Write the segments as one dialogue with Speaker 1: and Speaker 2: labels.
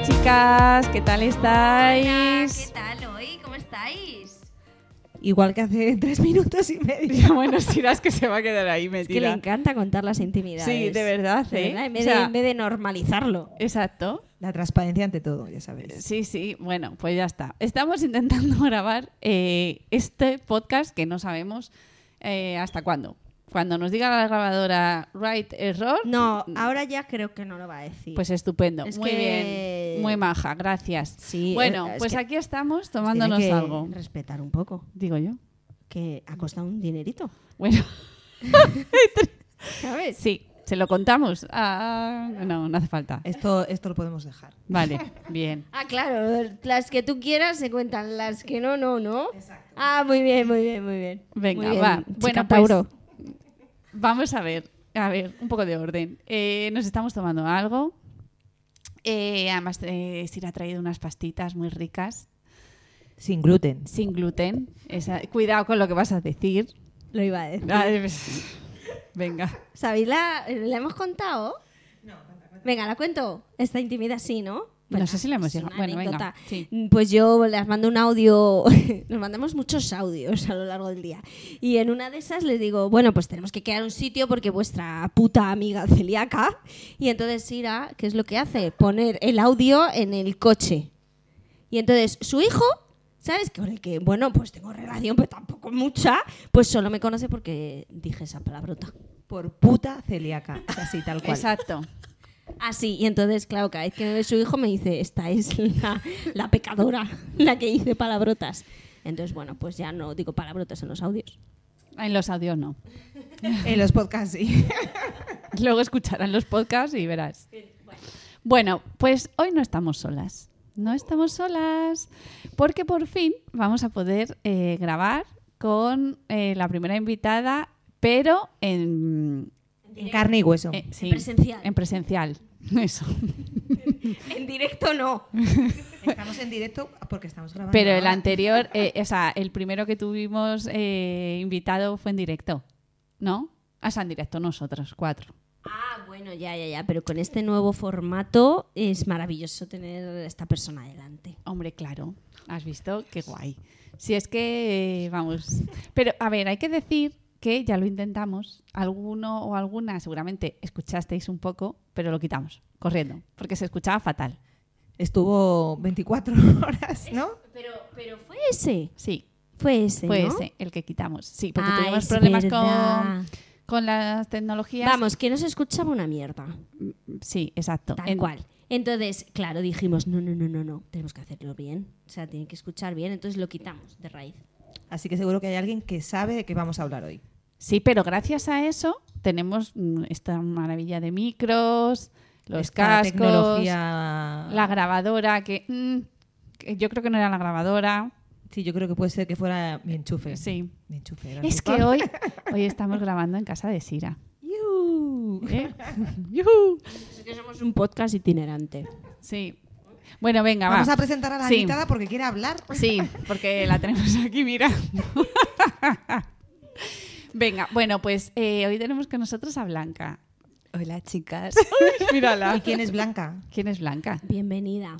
Speaker 1: chicas, ¿qué tal estáis?
Speaker 2: Hola, ¿qué tal hoy? ¿Cómo estáis?
Speaker 1: Igual que hace tres minutos y medio.
Speaker 3: bueno, si das que se va a quedar ahí
Speaker 4: Es que le
Speaker 3: metida.
Speaker 4: encanta contar las intimidades.
Speaker 3: sí, de verdad,
Speaker 4: De
Speaker 3: ¿eh?
Speaker 4: verdad, en,
Speaker 3: O
Speaker 4: vez de,
Speaker 3: sea,
Speaker 4: en vez de normalizarlo.
Speaker 3: Exacto.
Speaker 1: La transparencia ante todo, ya sabéis.
Speaker 3: Sí, sí, bueno, pues ya está. Estamos intentando grabar eh, este podcast que no sabemos eh, hasta cuándo. Cuando nos diga la grabadora right error,
Speaker 4: No, ahora ya creo que no lo va a decir.
Speaker 3: pues estupendo.
Speaker 4: Es
Speaker 3: Muy
Speaker 4: que-
Speaker 3: bien, muy maja, gracias.
Speaker 4: Sí,
Speaker 3: bueno,
Speaker 4: eh, es
Speaker 3: pues
Speaker 4: que-
Speaker 3: aquí estamos
Speaker 4: Tiene
Speaker 3: tomándonos
Speaker 4: que
Speaker 3: algo,
Speaker 4: Respetar un poco,
Speaker 3: digo yo.
Speaker 4: que ha costado un dinerito.
Speaker 3: Bueno,
Speaker 4: ¿Sabes?
Speaker 3: sí, se lo contamos. Ah, no, no hace falta.
Speaker 1: Esto, esto lo podemos dejar.
Speaker 3: Vale, bien.
Speaker 4: Ah, claro, las que tú quieras se cuentan, las que no, no, ¿no? Ah, muy bien, muy bien, muy bien.
Speaker 3: Venga,
Speaker 4: Muy bien,
Speaker 3: va.
Speaker 4: chica
Speaker 3: Bueno, pues,
Speaker 4: Tauro.
Speaker 3: Vamos a ver, a ver, un poco de orden. Eh, nos estamos tomando algo. Eh, además, eh, Sira ha traído unas pastitas muy ricas,
Speaker 1: Sin gluten.
Speaker 3: sin gluten. Esa- cuidado con lo que vas a decir.
Speaker 4: Lo iba a decir.
Speaker 3: Ay, Venga.
Speaker 4: ¿Sabéis la, la hemos contado? No. Venga, la cuento. Esta intimidad sí, ¿no?
Speaker 3: No sé si la hemos
Speaker 4: es una
Speaker 3: llegado. Bueno, venga,
Speaker 4: anécdota.
Speaker 3: sí.
Speaker 4: Pues yo les mando un audio, nos mandamos muchos audios a lo largo del día. Y en una de esas les digo, bueno, pues tenemos que quedar un sitio porque vuestra puta amiga celíaca. Y entonces Sira, ¿qué es lo que hace? Poner el audio en el coche. Y entonces su hijo, ¿sabes? Con el que, bueno, pues tengo relación, pero tampoco mucha, pues solo me conoce porque dije esa palabrota.
Speaker 1: Por puta celíaca. Es Así, tal cual.
Speaker 3: Exacto.
Speaker 4: Así, Ah, y entonces, claro, cada vez que me ve su hijo me dice, esta es la, la pecadora, la que dice palabrotas. Entonces, bueno, pues ya no digo palabrotas en los audios.
Speaker 3: En los audios no.
Speaker 1: En los podcasts sí.
Speaker 3: Luego escucharán los podcasts y verás. Bueno, pues hoy no estamos solas. No estamos solas. Porque por fin vamos a poder eh, grabar con eh, la primera invitada, pero en,
Speaker 1: En carne y hueso.
Speaker 3: eh, sí,
Speaker 4: presencial.
Speaker 3: En presencial. Eso.
Speaker 4: En directo no.
Speaker 1: Estamos en directo porque estamos grabando.
Speaker 3: Pero el
Speaker 1: ahora.
Speaker 3: anterior, eh, o sea, el primero que tuvimos eh, invitado fue en directo, ¿no? Ah, O sea, en directo nosotros, cuatro.
Speaker 4: Ah, bueno, ya, ya, ya, pero con este nuevo formato es maravilloso tener a esta persona delante.
Speaker 3: Hombre, claro. ¿Has visto? Qué guay. Si es que, eh, vamos. Pero, a ver, hay que decir que ya lo intentamos. Alguno o alguna seguramente escuchasteis un poco, pero lo quitamos, corriendo, porque se escuchaba fatal.
Speaker 1: Estuvo 24 horas, ¿no?
Speaker 4: Pero, pero fue ese,
Speaker 3: Sí,
Speaker 4: fue ese,
Speaker 3: fue
Speaker 4: ¿no?
Speaker 3: ese el que quitamos. Sí, porque
Speaker 4: Ah,
Speaker 3: tuvimos
Speaker 4: es
Speaker 3: problemas
Speaker 4: verdad.
Speaker 3: con, con las tecnologías.
Speaker 4: Vamos, que no se escuchaba una mierda.
Speaker 3: Sí, exacto.
Speaker 4: Tal
Speaker 3: En-
Speaker 4: cual. Entonces, claro, dijimos, no, no, no, no, no, tenemos que hacerlo bien. O sea, tiene que escuchar bien, entonces lo quitamos de raíz.
Speaker 1: Así que seguro que hay alguien que sabe de qué vamos a hablar hoy.
Speaker 3: Sí, pero gracias a eso tenemos mm, esta maravilla de micros, los
Speaker 1: Esta
Speaker 3: cascos.
Speaker 1: tecnología.
Speaker 3: La grabadora, que, mm, que yo creo que no era la grabadora.
Speaker 1: Sí, yo creo que puede ser que fuera mi enchufe.
Speaker 3: Sí.
Speaker 1: Mi enchufe. era
Speaker 3: Es
Speaker 1: mi
Speaker 3: que
Speaker 1: pam.
Speaker 3: hoy, hoy estamos grabando en casa de Sira.
Speaker 1: Yuhu.
Speaker 3: ¿eh? Yujú.
Speaker 4: Pues Es que somos un podcast itinerante.
Speaker 3: Sí. Bueno, venga,
Speaker 1: Vamos
Speaker 3: va.
Speaker 1: a presentar a la
Speaker 3: Sí.
Speaker 1: invitada porque quiere hablar.
Speaker 3: Sí, porque la tenemos aquí mirando. venga, bueno, pues eh, hoy tenemos con nosotros a Blanca.
Speaker 5: Hola chicas.
Speaker 1: ¿Y quién es Blanca?
Speaker 3: ¿Quién es Blanca?
Speaker 4: Bienvenida.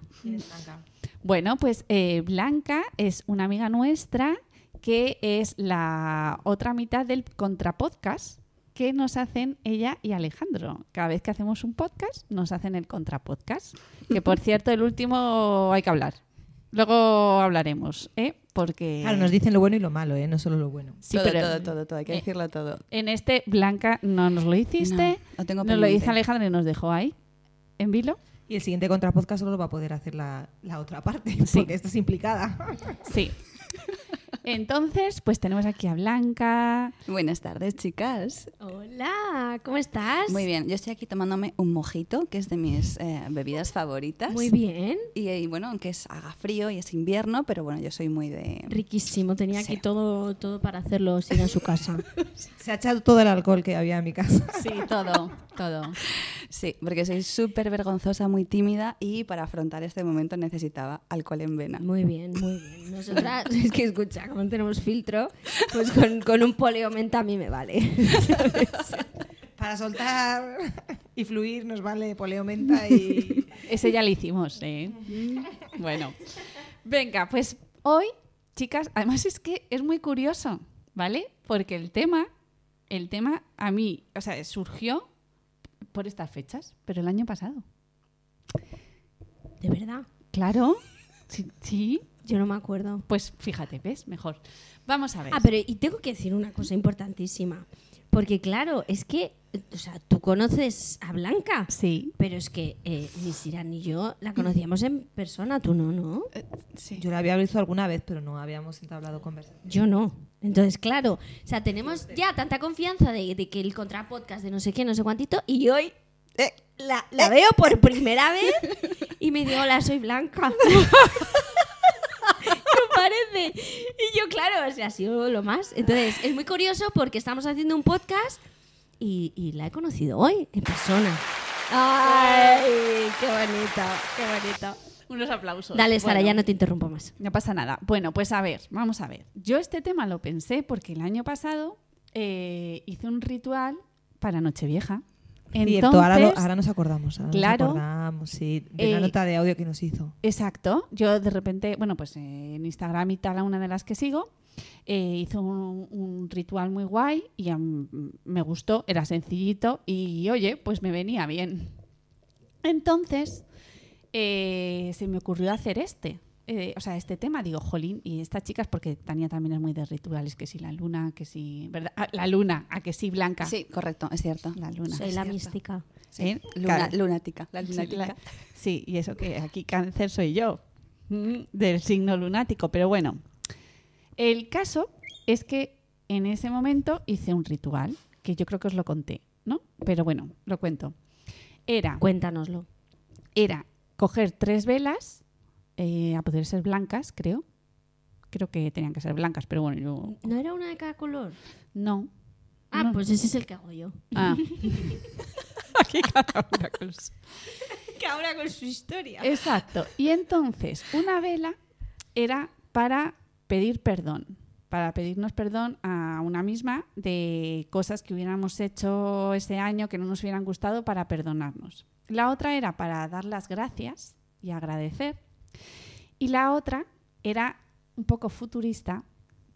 Speaker 3: Bueno, pues eh, Blanca es una amiga nuestra que es la otra mitad del contrapodcast que nos hacen ella y Alejandro. Cada vez que hacemos un podcast, nos hacen el contrapodcast. Que por cierto, el último hay que hablar. Luego hablaremos, ¿eh? Porque.
Speaker 1: Claro, nos dicen lo bueno y lo malo, ¿eh? No solo lo bueno.
Speaker 3: Sí,
Speaker 5: todo,
Speaker 3: pero-
Speaker 5: todo, todo, todo, hay que
Speaker 3: Eh,
Speaker 5: decirlo todo.
Speaker 3: En este, Blanca no nos lo hiciste.
Speaker 5: No, lo tengo
Speaker 3: nos lo
Speaker 5: pendiente.
Speaker 3: hizo Alejandro y nos dejó ahí, en vilo.
Speaker 1: Y el siguiente contrapodcast solo lo va a poder hacer la, la otra parte,
Speaker 3: Sí.
Speaker 1: porque esta es implicada.
Speaker 3: Sí. Entonces, pues tenemos aquí a Blanca.
Speaker 5: Buenas tardes chicas.
Speaker 4: Hola, ¿cómo estás?
Speaker 5: Muy bien, yo estoy aquí tomándome un mojito, que es de mis eh, bebidas favoritas.
Speaker 4: Muy bien.
Speaker 5: Y, eh, bueno, aunque es, haga frío y es invierno, pero bueno, yo soy muy de...
Speaker 4: Riquísimo, tenía
Speaker 5: Sí.
Speaker 4: aquí todo, todo para hacerlo sin en su casa.
Speaker 1: Se ha echado todo el alcohol que había en mi casa.
Speaker 3: Sí, todo, todo.
Speaker 5: Sí, porque soy súper vergonzosa, muy tímida y para afrontar este momento necesitaba alcohol en vena.
Speaker 4: Muy bien, muy bien. Nosotras, es que escucha, como no tenemos filtro, pues con, con un polio menta a mí me vale.
Speaker 1: Para soltar y fluir nos vale poleo menta y...
Speaker 3: Ese ya lo hicimos, ¿eh? Bueno. Venga, pues hoy, chicas, además es que es muy curioso, ¿vale? Porque el tema, el tema a mí, o sea, surgió por estas fechas, pero el año pasado.
Speaker 4: De verdad,
Speaker 3: Claro. Sí, sí.
Speaker 4: yo no me acuerdo.
Speaker 3: Pues fíjate, ¿ves? Mejor. Vamos a ver.
Speaker 4: Ah, pero y tengo que decir una cosa importantísima. Porque claro, es que, o sea, tú conoces a Blanca,
Speaker 3: Sí.
Speaker 4: pero es que eh, ni Sira ni yo la conocíamos en persona, tú no, ¿no?
Speaker 5: Sí.
Speaker 1: Yo la había visto alguna vez, pero no habíamos entablado conversación.
Speaker 4: Yo no. Entonces, claro, o sea, tenemos ya tanta confianza de, de que el contrapodcast de no sé qué, no sé cuántito, y hoy eh, la, la veo por primera vez y me digo, hola, soy Blanca. ¿No parece? Y yo, claro, o sea, ha sido lo más. Entonces, es muy curioso porque estamos haciendo un podcast y, y la he conocido hoy en persona. ¡Ay, qué bonito, qué bonito!
Speaker 3: Unos aplausos.
Speaker 4: Dale, Sara,
Speaker 3: Bueno.
Speaker 4: ya no te interrumpo más.
Speaker 3: No pasa nada. Bueno, pues a ver, vamos a ver. Yo este tema lo pensé porque el año pasado eh, hice un ritual para Nochevieja. Entonces,
Speaker 1: Cierto, ahora, lo- ahora nos acordamos. ahora
Speaker 3: Claro.
Speaker 1: Nos acordamos, sí. De
Speaker 3: Eh,
Speaker 1: la nota de audio que nos hizo.
Speaker 3: Exacto. Yo de repente, bueno, pues eh, en Instagram y tal, a una de las que sigo, eh, hizo un, un ritual muy guay y a mí me gustó, era sencillito y oye, pues me venía bien. Entonces, eh, se me ocurrió hacer este. eh, o sea, este tema, digo, jolín, y estas chicas, porque Tania también es muy de rituales, que si la luna, que si. ¿Verdad? Ah, la luna, a que sí, Blanca.
Speaker 5: Sí, correcto, es cierto.
Speaker 3: La luna.
Speaker 4: Soy la mística.
Speaker 3: ¿Eh?
Speaker 5: Luna-
Speaker 1: Claro.
Speaker 5: Lunática. La
Speaker 3: Sí,
Speaker 5: lunática.
Speaker 3: la- sí, y eso que aquí cáncer soy yo, mm, del signo lunático, pero bueno. El caso es que en ese momento hice un ritual, que yo creo que os lo conté, ¿no? Pero bueno, lo cuento. Era,
Speaker 4: Cuéntanoslo.
Speaker 3: era coger tres velas, eh, a poder ser blancas, creo. Creo que tenían que ser blancas, pero bueno, yo
Speaker 4: ¿No era una de cada color?
Speaker 3: no.
Speaker 4: Ah,
Speaker 3: No.
Speaker 4: pues ese es el que hago yo.
Speaker 3: Ah. Aquí cada una con su-
Speaker 4: Que ahora con su historia.
Speaker 3: Exacto. Y entonces, una vela era para pedir perdón, para pedirnos perdón a una misma de cosas que hubiéramos hecho ese año que no nos hubieran gustado para perdonarnos. La otra era para dar las gracias y agradecer. Y la otra era un poco futurista,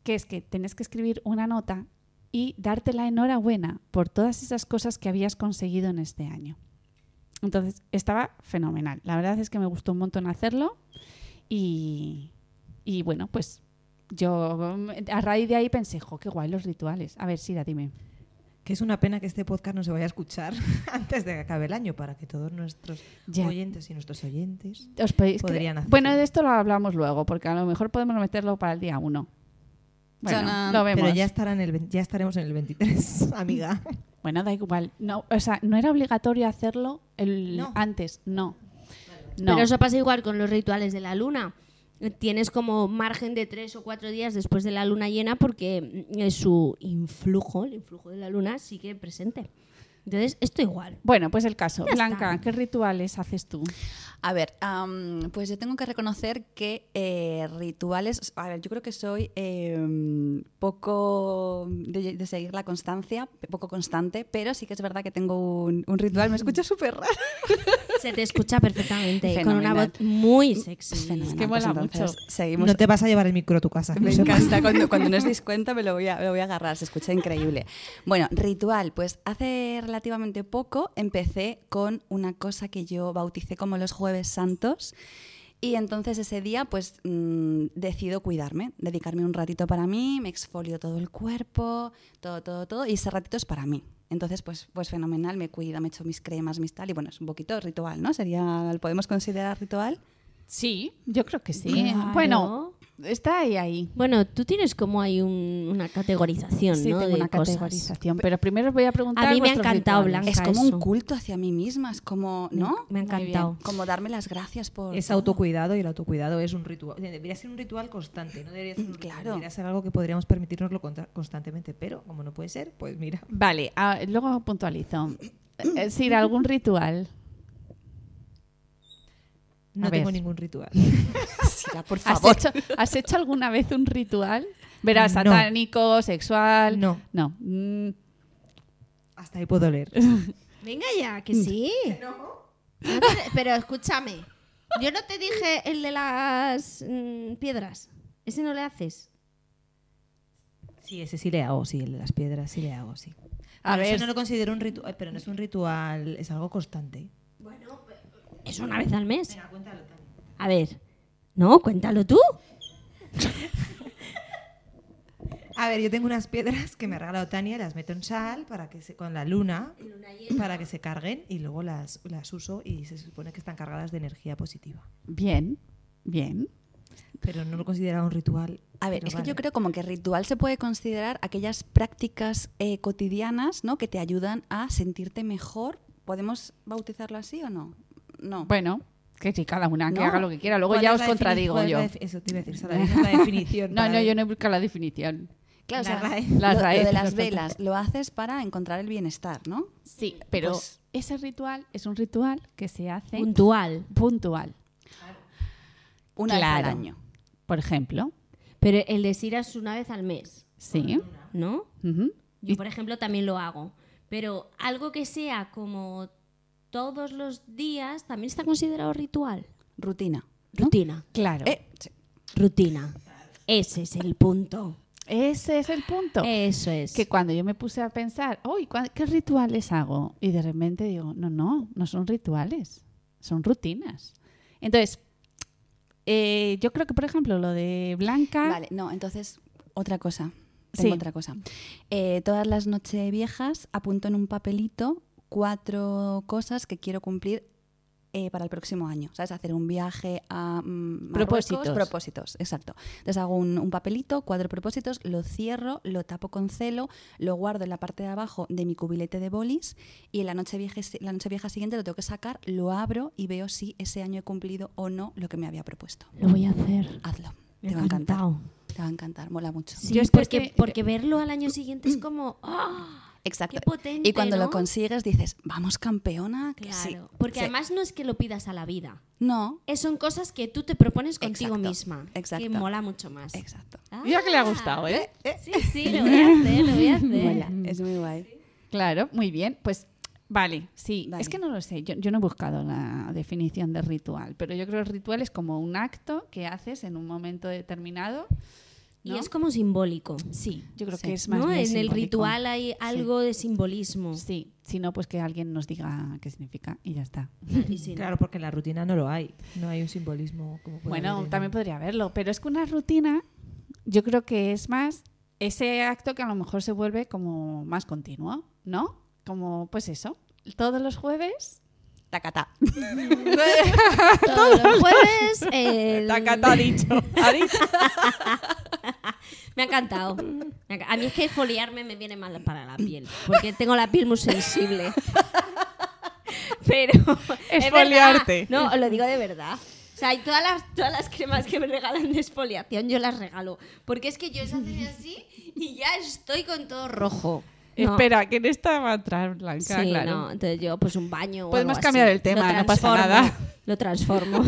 Speaker 3: que es que tenés que escribir una nota y darte la enhorabuena por todas esas cosas que habías conseguido en este año. Entonces, estaba fenomenal. La verdad es que me gustó un montón hacerlo y, y bueno, pues yo mm, a raíz de ahí pensé, jo, qué guay los rituales. A ver, Sira, dime.
Speaker 1: Que es una pena que este podcast no se vaya a escuchar antes de que acabe el año para que todos nuestros
Speaker 3: Ya.
Speaker 1: oyentes y nuestros oyentes...
Speaker 3: Os podéis cre-
Speaker 1: Podrían hacer.
Speaker 3: Bueno, de esto lo hablamos luego, porque a lo mejor podemos meterlo para el día 1. Bueno,
Speaker 5: Tadam.
Speaker 3: lo vemos.
Speaker 1: Pero ya, estará en el, ve- ya estaremos en el 23, amiga.
Speaker 3: Bueno, da igual. No, o sea, no era obligatorio hacerlo el
Speaker 1: No.
Speaker 3: antes, no. No.
Speaker 4: Pero eso pasa igual con los rituales de la luna. Tienes como margen de tres o cuatro días después de la luna llena porque mm, su influjo, el influjo de la luna, sigue presente. Entonces, esto igual.
Speaker 3: Bueno, pues el caso.
Speaker 4: Ya
Speaker 3: Blanca,
Speaker 4: está.
Speaker 3: ¿qué rituales haces tú?
Speaker 5: A ver, am, pues yo tengo que reconocer que eh, rituales. A ver, yo creo que soy eh, poco de, de seguir la constancia, poco constante, pero sí que es verdad que tengo un, un ritual. Me escucho súper raro.
Speaker 4: Se te escucha perfectamente con una
Speaker 5: Fenomenal. pues
Speaker 4: voz muy
Speaker 5: Es
Speaker 4: sexy.
Speaker 5: fenomenal,
Speaker 3: que mola
Speaker 5: entonces
Speaker 3: mucho.
Speaker 5: Seguimos.
Speaker 1: No te vas a llevar el micro a tu casa. que
Speaker 5: Me
Speaker 1: lo sepas.
Speaker 5: encanta, cuando, cuando no os dais cuenta me lo, voy a, me lo voy a agarrar, se escucha increíble. Bueno, ritual, pues hace relativamente poco empecé con una cosa que yo bauticé como los jueves santos y entonces ese día pues mm, decido cuidarme, dedicarme un ratito para mí, me exfolio todo el cuerpo, todo, todo, todo y ese ratito es para mí. Entonces, pues, pues fenomenal, me cuido, me echo mis cremas, mis tal, y bueno, es un poquito ritual, ¿no? Sería, ¿lo podemos considerar ritual?
Speaker 3: Sí, yo creo que sí.
Speaker 4: Claro.
Speaker 3: Bueno, está ahí, ahí.
Speaker 4: Bueno, tú tienes como hay un- una categorización,
Speaker 3: Sí,
Speaker 4: ¿no?
Speaker 3: tengo
Speaker 4: de
Speaker 3: una
Speaker 4: cosas.
Speaker 3: categorización, pero primero os voy a preguntar.
Speaker 4: A mí me ha
Speaker 3: vuestros
Speaker 4: encantado,
Speaker 3: rituales.
Speaker 4: Blanca.
Speaker 5: Es como
Speaker 4: eso.
Speaker 5: un culto hacia mí misma, es como, ¿no?
Speaker 4: Me ha
Speaker 3: Muy bien.
Speaker 4: encantado.
Speaker 5: Como darme las gracias por...
Speaker 1: Es autocuidado y el autocuidado es un ritual. Debería ser un ritual constante, no debería ser un ritual,
Speaker 5: Claro.
Speaker 1: Debería ser algo que podríamos permitirnoslo contra- constantemente, pero como no puede ser, pues mira.
Speaker 3: Vale, ah, luego puntualizo. Eh, Sir, algún ritual.
Speaker 1: No
Speaker 3: A ver.
Speaker 1: tengo ningún ritual.
Speaker 5: Sira, por
Speaker 3: ¿Has
Speaker 5: favor.
Speaker 3: hecho, has hecho alguna vez un ritual? Verás,
Speaker 1: No.
Speaker 3: satánico, sexual.
Speaker 1: No.
Speaker 3: No. Mm,
Speaker 1: Hasta ahí puedo leer.
Speaker 4: Venga ya, que sí. No te- Pero escúchame, yo no te dije el de las mm, piedras. Ese no le haces.
Speaker 1: Sí, ese sí le hago, sí, el de las piedras sí le hago, sí.
Speaker 3: A
Speaker 1: Pero
Speaker 3: ver.
Speaker 1: Eso no lo considero un ritual, pero no es un ritual, es algo constante.
Speaker 4: Es una vez al mes.
Speaker 1: Venga, cuéntalo también.
Speaker 4: A ver. No, cuéntalo tú.
Speaker 1: A ver, yo tengo unas piedras que me ha regalado Tania, las meto en sal para que se, con la luna, para que se carguen y luego las, las uso y se supone que están cargadas de energía positiva.
Speaker 3: Bien, bien.
Speaker 1: Pero no lo considero un ritual.
Speaker 5: A ver,
Speaker 1: pero
Speaker 5: es que yo
Speaker 1: vale.
Speaker 5: creo como que ritual se puede considerar aquellas prácticas eh, cotidianas ¿no? que te ayudan a sentirte mejor. ¿Podemos bautizarlo así o no? No.
Speaker 3: Bueno, que sí, cada una que
Speaker 5: No.
Speaker 3: haga lo que quiera. Luego
Speaker 1: ¿Cuál
Speaker 3: ya
Speaker 1: es
Speaker 3: os
Speaker 1: la defini-
Speaker 3: contradigo
Speaker 1: cuál es
Speaker 3: yo.
Speaker 1: la def- Eso te iba a decir, Sara, ¿cuál es la definición.
Speaker 3: No,
Speaker 1: para
Speaker 3: no,
Speaker 1: ver?
Speaker 3: yo no busco la definición.
Speaker 5: claro, o
Speaker 1: la
Speaker 5: sea,
Speaker 1: RAE.
Speaker 5: lo-
Speaker 3: La
Speaker 5: lo,
Speaker 3: RAE,
Speaker 5: de
Speaker 3: por
Speaker 5: las
Speaker 3: tanto.
Speaker 5: velas lo haces para encontrar el bienestar, ¿no?
Speaker 3: Sí, pero
Speaker 5: Pues-
Speaker 3: ese ritual es un ritual que se hace
Speaker 4: Puntual.
Speaker 3: puntual.
Speaker 5: Una vez
Speaker 3: Claro.
Speaker 5: al año.
Speaker 3: Por ejemplo,
Speaker 4: Pero el de Sira es una vez al mes,
Speaker 3: sí.
Speaker 4: ¿no?
Speaker 3: ujú.
Speaker 4: Yo, por ejemplo, también lo hago. Pero algo que sea como todos los días también está considerado ritual.
Speaker 5: Rutina. ¿no?
Speaker 4: Rutina.
Speaker 3: Claro.
Speaker 5: Eh, sí.
Speaker 4: Rutina. Ese es el punto.
Speaker 3: Ese es el punto.
Speaker 4: Eso es.
Speaker 3: que cuando yo me puse a pensar, uy, ¿cuál- ¿qué rituales hago? Y de repente digo, no, no, no son rituales, son rutinas. Entonces, eh, yo creo que, por ejemplo, lo de Blanca,
Speaker 5: Vale, no, entonces, otra cosa. Tengo
Speaker 3: Sí.
Speaker 5: otra cosa. Eh, todas las noches viejas apunto en un papelito cuatro cosas que quiero cumplir eh, para el próximo año. ¿Sabes? Hacer un viaje a. mm, Marruecos.
Speaker 3: Propósitos.
Speaker 5: Propósitos, exacto. Entonces hago un, un papelito, cuatro propósitos, lo cierro, lo tapo con celo, lo guardo en la parte de abajo de mi cubilete de bolis y en la noche vieja, la noche vieja siguiente lo tengo que sacar, lo abro y veo si ese año he cumplido o no lo que me había propuesto.
Speaker 4: Lo voy a hacer.
Speaker 5: Hazlo.
Speaker 4: Me
Speaker 5: Te
Speaker 4: ha
Speaker 5: va a encantar.
Speaker 4: encantado.
Speaker 5: Te va a encantar, mola mucho.
Speaker 4: Sí,
Speaker 3: Yo es que
Speaker 4: porque,
Speaker 3: este-
Speaker 4: porque verlo al año siguiente es como. ¡ah!
Speaker 5: Exacto.
Speaker 4: Qué potente,
Speaker 5: y cuando
Speaker 4: ¿no?
Speaker 5: lo consigues dices, vamos campeona, que
Speaker 4: Claro.
Speaker 5: sí.
Speaker 4: porque
Speaker 5: Sí.
Speaker 4: además no es que lo pidas a la vida.
Speaker 5: No,
Speaker 4: Es- Son cosas que tú te propones contigo
Speaker 5: Exacto,
Speaker 4: misma. Que
Speaker 5: exacto.
Speaker 4: mola mucho más.
Speaker 5: exacto.
Speaker 3: mira que le ha
Speaker 4: Ah.
Speaker 3: gustado, ¿eh?
Speaker 4: Sí, sí, lo voy a hacer, lo voy a
Speaker 5: Mola,
Speaker 4: hacer.
Speaker 5: es muy guay.
Speaker 3: Claro, muy bien, pues vale, sí,
Speaker 5: Vale.
Speaker 3: es que no lo sé, yo, yo no he buscado la definición de ritual, pero yo creo que ritual es como un acto que haces en un momento determinado.
Speaker 4: Y
Speaker 3: ¿no?
Speaker 4: es como simbólico.
Speaker 3: Sí, yo creo
Speaker 5: Sí.
Speaker 3: que es más
Speaker 4: ¿no?
Speaker 3: bien
Speaker 4: En el
Speaker 3: simbólico.
Speaker 4: ritual hay algo de simbolismo.
Speaker 3: Sí, si no, pues que alguien nos diga qué significa y ya está.
Speaker 4: Y si no-
Speaker 1: Claro, porque en la rutina no lo hay. No hay un simbolismo como puede
Speaker 3: Bueno,
Speaker 1: haber en-
Speaker 3: también podría verlo, pero es que una rutina yo creo que es más ese acto que a lo mejor se vuelve como más continuo, ¿no? Como pues eso, todos los jueves.
Speaker 5: Tacata.
Speaker 4: Todos los jueves. el- Me ha encantado. Me ha enca- A mí es que foliarme me viene mal para la piel, porque tengo la piel muy sensible. Pero.
Speaker 1: Esfoliarte.
Speaker 4: verdad. No, os lo digo de verdad. O sea, y todas las, todas las cremas que me regalan de exfoliación yo las regalo. Porque es que yo es hacerme así y ya estoy con todo rojo. No.
Speaker 3: que en esta va a entrar Blanca,
Speaker 4: Sí, no, entonces yo pues un baño. o
Speaker 3: Ah, Podemos
Speaker 4: algo
Speaker 3: cambiar
Speaker 4: así.
Speaker 3: el tema,
Speaker 4: Lo
Speaker 3: no pasa
Speaker 4: transformo,
Speaker 3: nada.
Speaker 4: Lo transformo.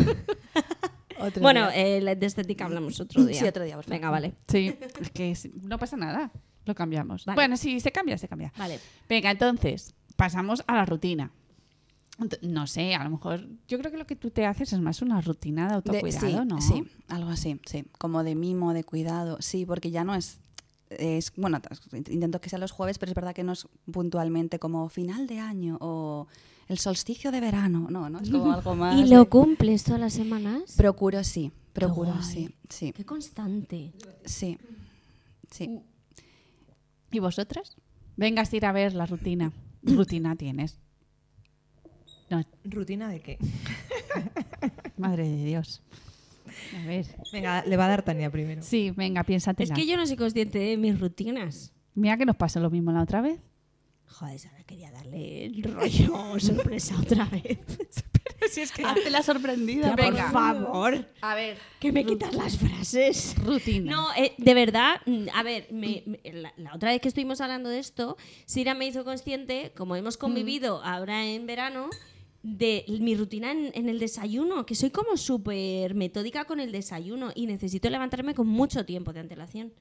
Speaker 4: bueno, eh, de estética hablamos otro día.
Speaker 5: Sí, otro día, por favor.
Speaker 4: Venga, vale.
Speaker 3: Sí, es que es- no pasa nada, lo cambiamos.
Speaker 4: Vale.
Speaker 3: Bueno, sí, se cambia, se cambia.
Speaker 4: Vale.
Speaker 3: Venga, entonces, pasamos a la rutina. Ent- No sé, a lo mejor yo creo que lo que tú te haces es más una rutina de
Speaker 5: De-
Speaker 3: autocuidado,
Speaker 5: sí,
Speaker 3: ¿no?
Speaker 5: sí, algo así, sí. Como de mimo, de cuidado. Sí, porque ya no es. es bueno, t- intento que sea los jueves, pero es verdad que no es puntualmente como final de año o el solsticio de verano. No, no, es como algo más.
Speaker 4: ¿Y lo cumples todas las semanas?
Speaker 5: Procuro sí, procuro
Speaker 4: guay.
Speaker 5: sí, sí,
Speaker 4: Qué constante.
Speaker 5: sí. Sí.
Speaker 3: ¿Y vosotras? Vengas a ir a ver la rutina. rutina tienes. No,
Speaker 1: ¿Rutina de qué?
Speaker 3: madre de Dios. A ver.
Speaker 1: Venga, le va a dar Tania primero.
Speaker 3: Sí, venga, piénsate.
Speaker 4: Es que yo no soy consciente de mis rutinas.
Speaker 3: Mira que nos pasó lo mismo la otra vez.
Speaker 4: Joder, Sara, quería darle el rollo sorpresa otra vez.
Speaker 5: Sí, es que hazte la sorprendida.
Speaker 4: Ya, Por favor,
Speaker 3: A ver.
Speaker 4: que me quitas las frases.
Speaker 3: Rutina.
Speaker 4: No, eh, de verdad, mm, a ver, me- me- la, la otra vez que estuvimos hablando de esto, Sira me hizo consciente, como hemos convivido ahora en verano, de mi rutina en, en el desayuno, que soy como súper metódica con el desayuno y necesito levantarme con mucho tiempo de antelación.